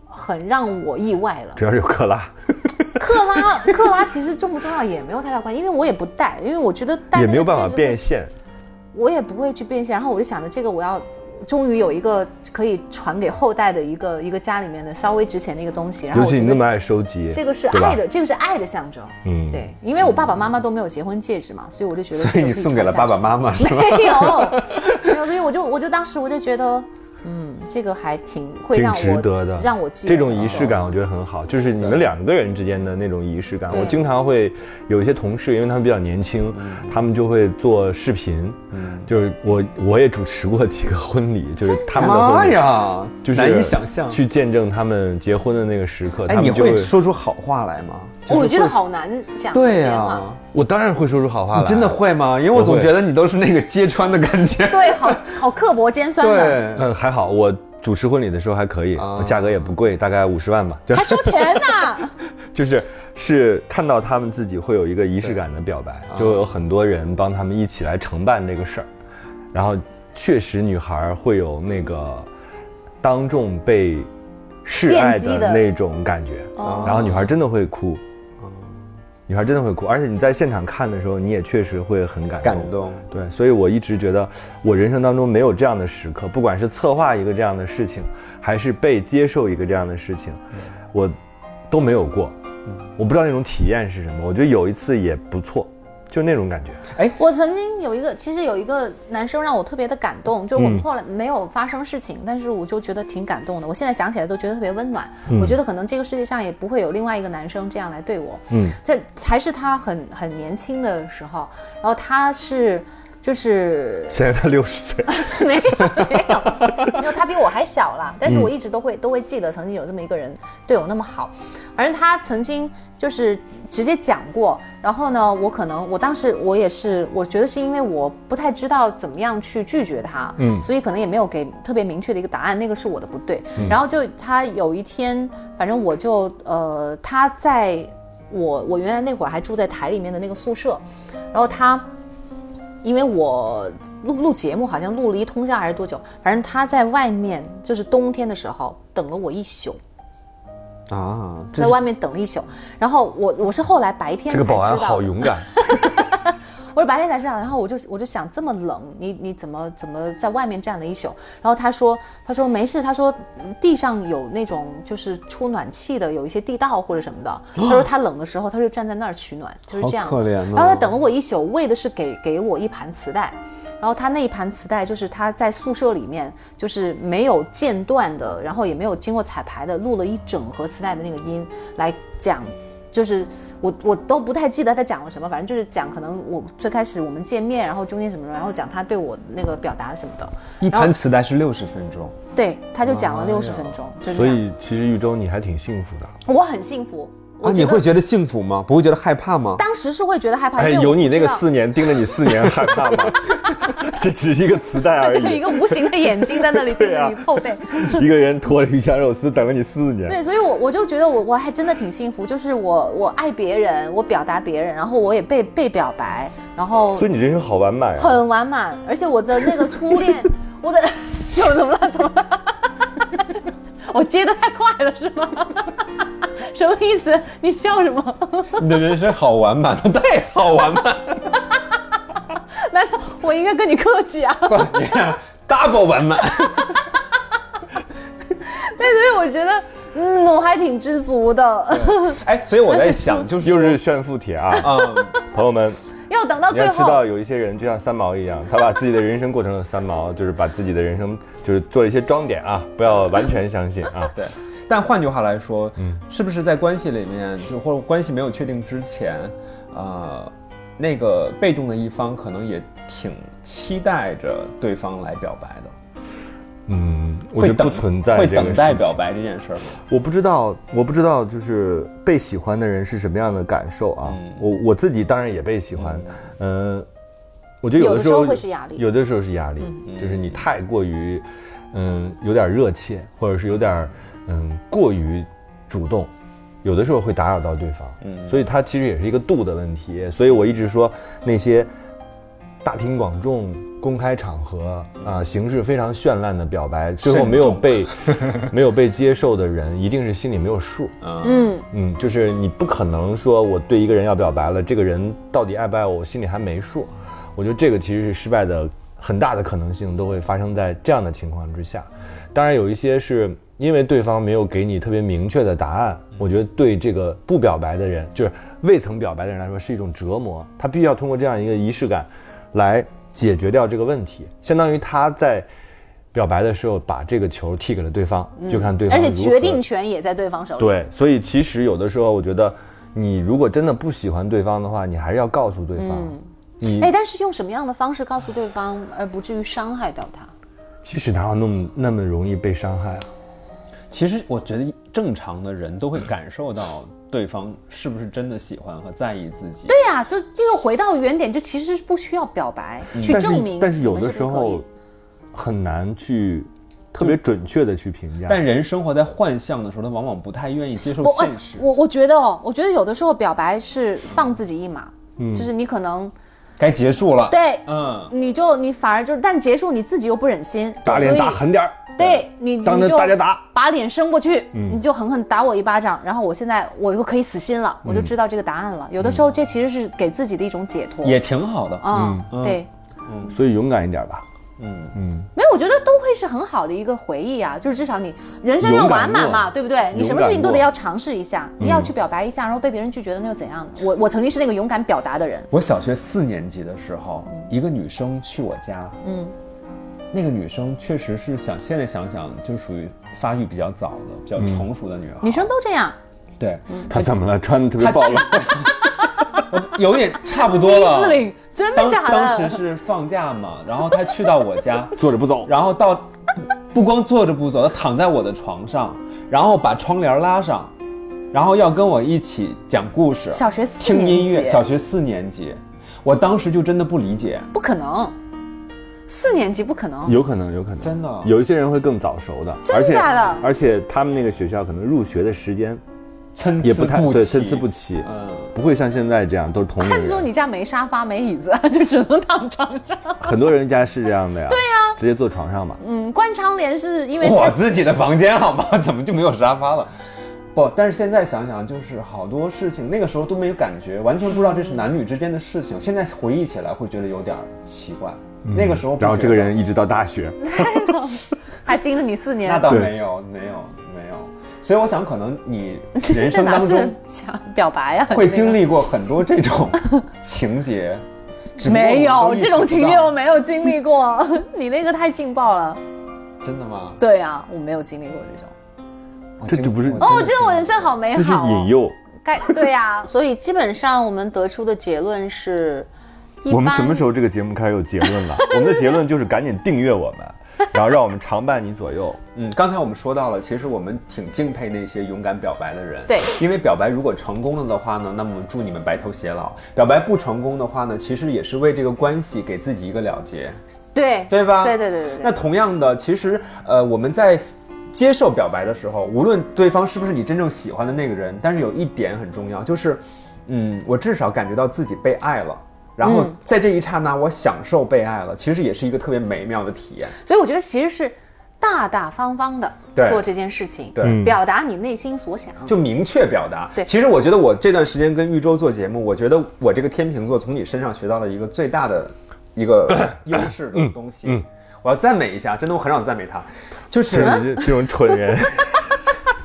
Speaker 5: 很让我意外了。
Speaker 3: 主要是有克拉。
Speaker 5: 克拉克拉其实重不重要也没有太大关系，因为我也不戴，因为我觉得戴
Speaker 3: 也
Speaker 5: 那
Speaker 3: 没有
Speaker 5: 个
Speaker 3: 办法
Speaker 5: 戒指
Speaker 3: 变
Speaker 5: 会
Speaker 3: 现。
Speaker 5: 我也不会去变现。然后我就想着这个我要，终于有一个可以传给后代的一个一个家里面的稍微值钱的一个东西。然后
Speaker 3: 尤
Speaker 5: 我
Speaker 3: 其
Speaker 5: 觉
Speaker 3: 你
Speaker 5: 得
Speaker 3: 那么爱收集，
Speaker 5: 这个是
Speaker 3: 对吧
Speaker 5: 爱的，这个是爱的象征。
Speaker 3: 嗯，
Speaker 5: 对，因为我爸爸妈妈都没有结婚戒指嘛，所以我就觉得这个
Speaker 4: 所以你
Speaker 5: 可
Speaker 4: 送给了爸
Speaker 5: 传下去
Speaker 4: 爸妈妈 是吧？
Speaker 5: 没有，没有，所以我就我就当时我就觉得，嗯，这个还挺会
Speaker 3: 挺
Speaker 5: 让我
Speaker 3: 值得的。
Speaker 5: 让我记
Speaker 3: 这
Speaker 5: 得
Speaker 3: 种仪式感，我觉得很好，就是你们两个人之间的那种仪式感。
Speaker 5: 对
Speaker 3: 我经常会有一些同事，因为他们比较年轻，他们就会做视频。
Speaker 4: 嗯
Speaker 3: 就是我我也主持过几个婚礼，就是他们的
Speaker 4: 妈
Speaker 3: 婚礼，
Speaker 4: 哎呀，
Speaker 3: 就是
Speaker 4: 难以想象。
Speaker 3: 去见证他们结婚的那个时刻。
Speaker 4: 哎，
Speaker 3: 他
Speaker 4: 你
Speaker 3: 们就
Speaker 4: 会说出好话来吗？就是
Speaker 5: 哦我觉得
Speaker 4: 会。
Speaker 5: 好难讲
Speaker 4: 对
Speaker 5: 这
Speaker 4: 呀、
Speaker 5: 些话。
Speaker 3: 我当然会说出好话啊
Speaker 4: 你
Speaker 3: 来，
Speaker 4: 真的。会吗？因为我
Speaker 3: 我
Speaker 4: 总
Speaker 3: 会
Speaker 4: 觉得你都是那个揭穿的感觉。
Speaker 5: 对，好好刻薄尖酸的。
Speaker 3: 嗯，还好我主持婚礼的时候还可以，
Speaker 4: 啊
Speaker 3: 价格也不贵，大概五十万吧。就
Speaker 5: 还收钱呢，
Speaker 3: 就是是看到他们自己会有一个仪式感的表白，
Speaker 4: 对
Speaker 3: 就有很多人帮他们一起来承办这个事儿，然后确实女孩会有那个当众被示爱
Speaker 5: 电击
Speaker 3: 的
Speaker 5: 的
Speaker 3: 那种感觉，
Speaker 5: 哦
Speaker 3: 然后女孩真的哦会哭，女孩真的会哭，而且你在现场看的时候，你也确实会很感
Speaker 4: 感
Speaker 3: 动。
Speaker 4: 动。
Speaker 3: 对，所以我一直觉得我人生当中没有这样的时刻，不管是策划一个这样的事情，还是被接受一个这样的事情，我都没有过。我不知道那种体验是什么，我觉得有一次也不错，就那种感觉。
Speaker 5: 我曾经有一个，其实有一个男生让我特别的感动，就是我们
Speaker 3: 嗯
Speaker 5: 后来没有发生事情，但是我就觉得挺感动的。我现在想起来都觉得特别温暖。
Speaker 3: 嗯
Speaker 5: 我觉得可能这个世界上也不会有另外一个男生这样来对我。
Speaker 3: 嗯，
Speaker 5: 在还是他很很年轻的时候，然后他是就是
Speaker 3: 现在他六十岁，
Speaker 5: 没有没有， 因为他比我还小啦，但是我一直都会、都会记得曾经有这么一个人对我那么好，反正他曾经就是直接讲过，然后呢，我可能我当时我也是，我觉得是因为我不太知道怎么样去拒绝他，
Speaker 3: 嗯
Speaker 5: 所以可能也没有给特别明确的一个答案，那个是我的不对。然后就他有一天，反正我就呃他在。我我原来那会儿还住在台里面的那个宿舍，然后他因为我录录节目，好像录了一通宵还是多久，反正他在外面就是冬天的时候等了我一宿，
Speaker 4: 啊，这
Speaker 5: 在外面等了一宿。然后我我是后来白天
Speaker 3: 这
Speaker 5: 才
Speaker 3: 个
Speaker 5: 知道
Speaker 3: 保安
Speaker 5: 的，
Speaker 3: 好勇敢。
Speaker 5: 我是白天才知道。然后我就我就想这么冷，你你怎么怎么在外面站了一宿？然后他说他说没事，他说嗯地上有那种就是出暖气的，有一些地道或者什么的。他说他冷的时候，他就站在那儿取暖，就是
Speaker 4: 哦好
Speaker 5: 这样的。
Speaker 4: 可怜哦。
Speaker 5: 然后他等了我一宿，为的是给给我一盘磁带。然后他那一盘磁带就是他在宿舍里面就是没有间断的，然后也没有经过彩排的，录了一整盒磁带的那个音来讲，就是我我都不太记得他讲了什么，反正就是讲可能我最开始我们见面，然后中间什么，然后讲他对我那个表达什么的，
Speaker 4: 一盘磁带是六十分钟，
Speaker 5: 对，他就讲
Speaker 3: 啊
Speaker 5: 了
Speaker 4: 哎呀
Speaker 5: 六十分钟，就
Speaker 3: 所
Speaker 5: 这样。
Speaker 3: 以其实玉州你还挺幸福的，
Speaker 5: 我很幸福，我
Speaker 4: 啊，
Speaker 5: 觉
Speaker 4: 你会
Speaker 5: 得
Speaker 4: 觉得幸福吗？不会觉得害怕吗？
Speaker 5: 当时是会觉得害怕，
Speaker 3: 哎，
Speaker 5: 因为我
Speaker 3: 有你那个
Speaker 5: 不知道
Speaker 3: 四年盯着你四年，害怕 吗？这只是一个磁带而
Speaker 5: 对一
Speaker 3: 已，
Speaker 5: 个无形的眼睛在那里盯
Speaker 3: 对啊
Speaker 5: 着你后背。
Speaker 3: 一个人拖着鱼香肉丝等了你四年。
Speaker 5: 对，所以我，我就觉得我我还真的挺幸福，就是我我爱别人，我表达别人，然后我也被被表白，然后
Speaker 3: 所以你人生好完满啊！
Speaker 5: 很完满，而且我的那个初恋，我的 又怎么了？怎么了？ 我接的太快了是吗？ 什么意思？你笑什么？
Speaker 4: 你的人生好 完满，太好完满，
Speaker 5: 难道我应该跟你客气啊？
Speaker 4: 哇你看 double 完满。
Speaker 5: 对，所以我觉得，嗯，我还挺知足的。
Speaker 4: 哎，所以我在
Speaker 5: 而且
Speaker 4: 想，就是
Speaker 3: 又是炫富帖啊，
Speaker 4: 嗯，
Speaker 3: 朋友们，
Speaker 5: 要等到
Speaker 3: 你
Speaker 5: 最
Speaker 3: 要知
Speaker 5: 后，
Speaker 3: 道，有一些人就像三毛一样，他把自己的人生过成了三毛，就是把自己的人生就是做了一些装点啊，不要完全相信 啊。
Speaker 4: 对。但换句话来说，是不是在关系里面，就或者关系没有确定之前，呃，那个被动的一方可能也挺期待着对方来表白的，
Speaker 3: 嗯，我
Speaker 4: 会
Speaker 3: 觉得
Speaker 4: 等
Speaker 3: 不存在
Speaker 4: 会
Speaker 3: 这个
Speaker 4: 等待
Speaker 3: 事情
Speaker 4: 表。白这件事儿吗？
Speaker 3: 我不知道，我不知道，就是被喜欢的人是什么样的感受啊。
Speaker 4: 嗯
Speaker 3: 我我自己当然也被喜欢，嗯、我觉得
Speaker 5: 有
Speaker 3: 有
Speaker 5: 的
Speaker 3: 的
Speaker 5: 时
Speaker 3: 时
Speaker 5: 候
Speaker 3: 候
Speaker 5: 会是压力嗯
Speaker 3: 有的时候是压力，就是你太过于，嗯，有点热切，或者是有点，嗯，过于主动，有的时候会打扰到对方。
Speaker 4: 嗯
Speaker 3: 所以它其实也是一个度的问题。所以我一直说那些大庭广众、公开场合啊、形式非常绚烂的表白，最后没有被没有被接受的人，一定是心里没有数。
Speaker 4: 嗯
Speaker 5: 嗯，
Speaker 3: 嗯，就是你不可能说我对一个人要表白了，这个人到底爱不爱我，我心里还没数。我觉得这个其实是失败的很大的可能性都会发生在这样的情况之下。当然有一些是因为对方没有给你特别明确的答案，
Speaker 5: 嗯
Speaker 3: 我觉得对这个不表白的人，就是未曾表白的人来说是一种折磨，他必须要通过这样一个仪式感来解决掉这个问题，相当于他在。表白的时候把这个球踢给了对方，就看对方
Speaker 5: 嗯而且
Speaker 3: 如
Speaker 5: 决
Speaker 3: 何
Speaker 5: 定权也在对方手里。
Speaker 3: 对，所以其实有的时候，我觉得你如果真的不喜欢对方的话，你还是要告诉对方。你
Speaker 5: 哎，但是用什么样的方式告诉对方，而不至于伤害到他？
Speaker 3: 其实哪有那么那么容易被伤害啊？
Speaker 4: 其实我觉得正常的人都会感受到对方是不是真的喜欢和在意自己。
Speaker 5: 对呀、就这个回到原点，就其实是不需要表白、去
Speaker 3: 但
Speaker 5: 证
Speaker 3: 是
Speaker 5: 明。
Speaker 3: 嗯但是有的时候，很难去特
Speaker 5: 嗯
Speaker 3: 别准确的去评价。
Speaker 4: 但人生活在幻象的时候，他往往不太愿意接受
Speaker 5: 我哎
Speaker 4: 现实，
Speaker 5: 我我觉得哦，我觉得有的时候表白是放自己一马，
Speaker 3: 嗯
Speaker 5: 就是你可能
Speaker 4: 该结束了。，
Speaker 5: 对，
Speaker 4: 嗯，
Speaker 5: 你就你反而就是，但结束你自己又不忍心，
Speaker 3: 打脸打
Speaker 5: 所以
Speaker 3: 狠点儿，
Speaker 5: 对你，
Speaker 3: 当
Speaker 5: 你
Speaker 3: 着
Speaker 5: 就
Speaker 3: 大家打嗯
Speaker 5: 把脸伸过去，你就狠狠打我一巴掌，然后我现在我就可以死心了，我就
Speaker 3: 嗯
Speaker 5: 知道这个答案了。有的时候这其实是给自己的一种解脱，
Speaker 4: 也挺好的。
Speaker 5: 嗯
Speaker 4: 嗯
Speaker 5: 对，
Speaker 3: 所以勇敢一点吧。
Speaker 5: 没有，我觉得都会是很好的一个回忆啊，就是至少你人生要
Speaker 3: 勇敢
Speaker 5: 完满嘛，
Speaker 3: 过
Speaker 5: 对不对？你什
Speaker 3: 勇
Speaker 5: 么
Speaker 3: 敢
Speaker 5: 事情都得
Speaker 3: 过
Speaker 5: 要尝试一下，你要
Speaker 4: 嗯
Speaker 5: 去表白一下，然后被别人拒绝的那又怎样呢？我我曾经是那个勇敢表达的人，
Speaker 4: 我小学四年级的时候，一个女生去我家，
Speaker 5: 嗯，
Speaker 4: 那个女生确实是想，现在想想就属于发育比较早的、比较
Speaker 3: 嗯
Speaker 4: 成熟的女孩。
Speaker 5: 女生都嗯这样，
Speaker 4: 对，
Speaker 3: 他怎么了？穿的特别暴露，
Speaker 4: 有点差不多了。
Speaker 5: 领真
Speaker 4: 当当时是放假嘛， 然后她去到我家，
Speaker 3: 坐着不走。
Speaker 4: 然后到不光坐着不走，她躺在我的床上，然后把窗帘拉上，然后要跟我一起讲故事、
Speaker 5: 小学四
Speaker 4: 听音
Speaker 5: 年
Speaker 4: 乐。
Speaker 5: 级
Speaker 4: 小学四年级，我当时就真的不理解，
Speaker 5: 不可能，四年级不可能。
Speaker 4: 哎
Speaker 3: 有可能，有可能，
Speaker 4: 真的啊
Speaker 3: 有一些人会更早熟的，
Speaker 5: 真
Speaker 3: 而且
Speaker 5: 假的
Speaker 3: 而且他们那个学校可能入学的时间
Speaker 4: 参差
Speaker 3: 也不太对，
Speaker 4: 齐
Speaker 3: 参差不。齐，
Speaker 4: 嗯，
Speaker 3: 不会像现在这样都是同龄
Speaker 5: 他是
Speaker 3: 人。
Speaker 5: 说你家没沙发没椅子，就只能躺床上。
Speaker 3: 很多人家是这样的呀，对呀、直接坐床上嘛。
Speaker 5: 嗯，关窗帘是因为
Speaker 4: 我
Speaker 5: 太
Speaker 4: 自己的房间好吗？ 怎么就没有沙发了？不，但是现在想想，就是好多事情那个时候都没有感觉，完全不知道这是男女之间的事情。现在回忆起来会觉得有点奇怪。那个时候不觉
Speaker 3: 嗯
Speaker 4: 得，
Speaker 3: 然后这个人一直到大学，
Speaker 5: 还盯着你四年
Speaker 4: 那，倒
Speaker 3: 对
Speaker 4: 没有，没有，没有。所以我想，可能你 人
Speaker 5: 这
Speaker 4: 生
Speaker 5: 哪
Speaker 4: 当
Speaker 5: 是
Speaker 4: 中
Speaker 5: 想表白啊呀？
Speaker 4: 会经历过很多这种 情节，只不过
Speaker 5: 没
Speaker 4: 我
Speaker 5: 有
Speaker 4: 们都意
Speaker 5: 这
Speaker 4: 识不
Speaker 5: 种情节，
Speaker 4: 到
Speaker 5: 我没有经历过。 你那个太劲爆了。
Speaker 4: 真的吗？
Speaker 5: 对啊，我没有经历过这种。
Speaker 4: 我
Speaker 3: 这
Speaker 4: 经
Speaker 3: 这不是
Speaker 5: 哦，我
Speaker 4: 真的
Speaker 5: 觉得我
Speaker 4: 是
Speaker 5: 人生好哦美
Speaker 3: 那是
Speaker 5: 好、
Speaker 3: 引。诱。
Speaker 5: 该对呀、所以基本上我们得出的结论是，一
Speaker 3: 我们什么时
Speaker 5: 候？
Speaker 3: 候这个节目开始有结论 了？我们的结论就是赶紧订阅我们，然后让我们常伴你左右。
Speaker 4: 嗯，刚才我们说到了，其实我们挺敬佩那些勇敢表白的人。
Speaker 5: 对，
Speaker 4: 因为表白如果成功了的话呢，那么我们祝你们白头偕老；表白不成功的话呢，其实也是为这个关系给自己一个了结，
Speaker 5: 对嗯
Speaker 4: 对吧？
Speaker 5: 对对对对对
Speaker 4: 那同样的，其实呃，我们在接受表白的时候，无论对方是不是你真正喜欢的那个人，但是有一点很重要，就是，嗯，我至少感觉到自己被爱了。然后
Speaker 5: 嗯
Speaker 4: 在这一刹那，我享受被爱了，其实也是一个特别美妙的体验。
Speaker 5: 所以我觉得其实是大大方方的
Speaker 4: 对
Speaker 5: 做这件事情，
Speaker 4: 对，
Speaker 3: 嗯
Speaker 5: 表达你内心所想。
Speaker 4: 就明确表达。
Speaker 5: 嗯对
Speaker 4: 其实我觉得我这段时间跟玉州做节目，我觉得我这个天秤座从你身上学到了一个最大的一个优势的东西。我要赞美一下，真的我很少赞美他，就是
Speaker 3: 这这种蠢人，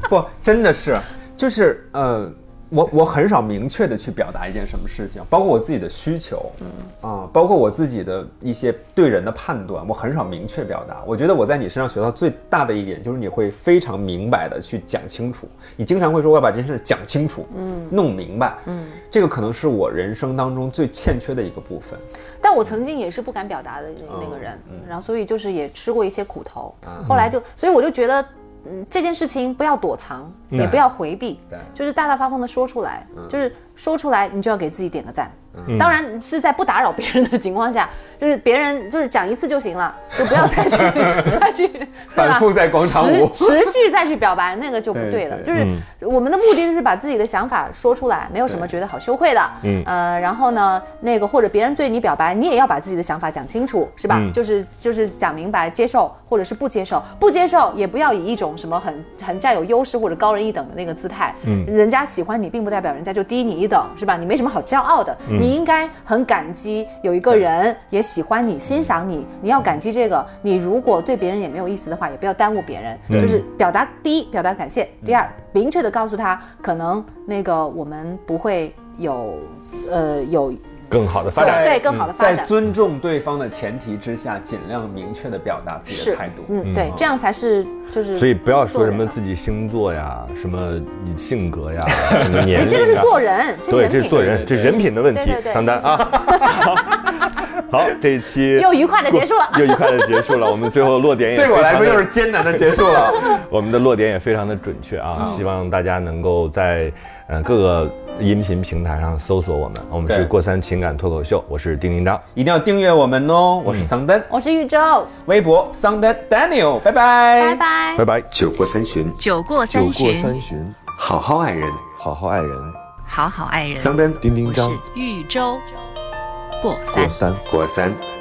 Speaker 4: 不真的是就是呃。我我很少明确的去表达一件什么事情，包括我自己的需求，嗯啊、包括我自己的一些对人的判断，我很少明确表达。我觉得我在你身上学到最大的一点就是你会非常明白的去讲清楚，你经常会说我要把这件事讲清楚，嗯，弄明白，嗯，这个可能是我人生当中最欠缺的一个部 分。
Speaker 5: 但我曾经也是不敢表达的那
Speaker 4: 哦
Speaker 5: 那个人，
Speaker 4: 嗯
Speaker 5: 然后所以就是也吃过一些苦头。
Speaker 4: 啊
Speaker 5: 后来就，所以我就觉得，嗯，这件事情不要躲藏，也不要回避
Speaker 4: 对，嗯
Speaker 5: 就是大大方方的说出来，就是说出来，你就要给自己点个赞。当然是在不打扰别人的情况下，就是别人就是讲一次就行了，就不要再去 再去对吧
Speaker 4: 反复在广场舞
Speaker 5: 持持续再去表白，那个就不对了。
Speaker 4: 对对
Speaker 3: 嗯
Speaker 5: 就是我们的目的就是把自己的想法说出来，没有什么
Speaker 4: 对
Speaker 5: 觉得好羞愧的。
Speaker 3: 嗯
Speaker 5: 呃，然后呢，那个或者别人对你表白，你也要把自己的想法讲清楚，是吧？
Speaker 3: 嗯
Speaker 5: 就是就是讲明白，接受或者是不接受，不接受也不要以一种什么很很占有优势或者高人一等的那个姿态。
Speaker 3: 嗯
Speaker 5: 人家喜欢你，并不代表人家就低你一等，是吧？你没什么好骄傲的，
Speaker 3: 嗯
Speaker 5: 你应该很感激有一个人也喜欢你、欣赏你，你要感激这个。你如果对别人也没有意思的话，也不要耽误别人，
Speaker 3: 对
Speaker 5: 就是表达第一，表达感谢；
Speaker 4: 嗯
Speaker 5: 第二，明确的告诉他，可能那个我们不会有，呃，有
Speaker 3: 更好的发展。
Speaker 5: 对更好的发
Speaker 4: 嗯在
Speaker 5: 展。
Speaker 4: 尊重对方的前提之下，尽量明确的表达自己
Speaker 5: 是
Speaker 4: 的态度。
Speaker 5: 嗯，对，这样才是就是。
Speaker 3: 所以不要说什么
Speaker 5: 做人嘛
Speaker 3: 自己星座呀，什么你性格呀，什么年
Speaker 5: 哎，
Speaker 3: 龄。
Speaker 5: 这个是做。人，这是
Speaker 3: 啊对，
Speaker 5: 人
Speaker 3: 这
Speaker 5: 品。
Speaker 3: 是做人，这
Speaker 4: 对对对
Speaker 3: 是人品的问题
Speaker 5: 对对。对
Speaker 3: 桑丹啊， 好，好，这一期
Speaker 5: 又愉快地结束了
Speaker 3: 又愉快的结束了。我们最后落点也
Speaker 4: 对我来说
Speaker 3: 非常
Speaker 4: 又
Speaker 3: 地
Speaker 4: 是艰难的结束了。
Speaker 3: 我们的落点也非常的准确啊，希望大家能够在呃各个音频平台上搜索我们，我们是
Speaker 4: 对
Speaker 3: 过三情感脱口秀，我是丁丁张，
Speaker 4: 一定要订阅我们哦！我是桑丹，
Speaker 5: 我是玉州，
Speaker 4: 微博桑丹 Daniel，拜拜，
Speaker 3: 哎
Speaker 5: 拜拜。
Speaker 3: 拜拜。
Speaker 1: 酒过三巡，
Speaker 2: 酒过
Speaker 6: 酒
Speaker 2: 三
Speaker 6: 过
Speaker 2: 巡，
Speaker 6: 三巡，
Speaker 1: 好好爱人。
Speaker 6: 好好爱人，
Speaker 2: 好好爱人。
Speaker 1: 桑丹
Speaker 6: 叮叮
Speaker 2: 我是
Speaker 6: 当，
Speaker 2: 豫州过
Speaker 6: 过
Speaker 2: 三。
Speaker 6: 三。
Speaker 1: 果三。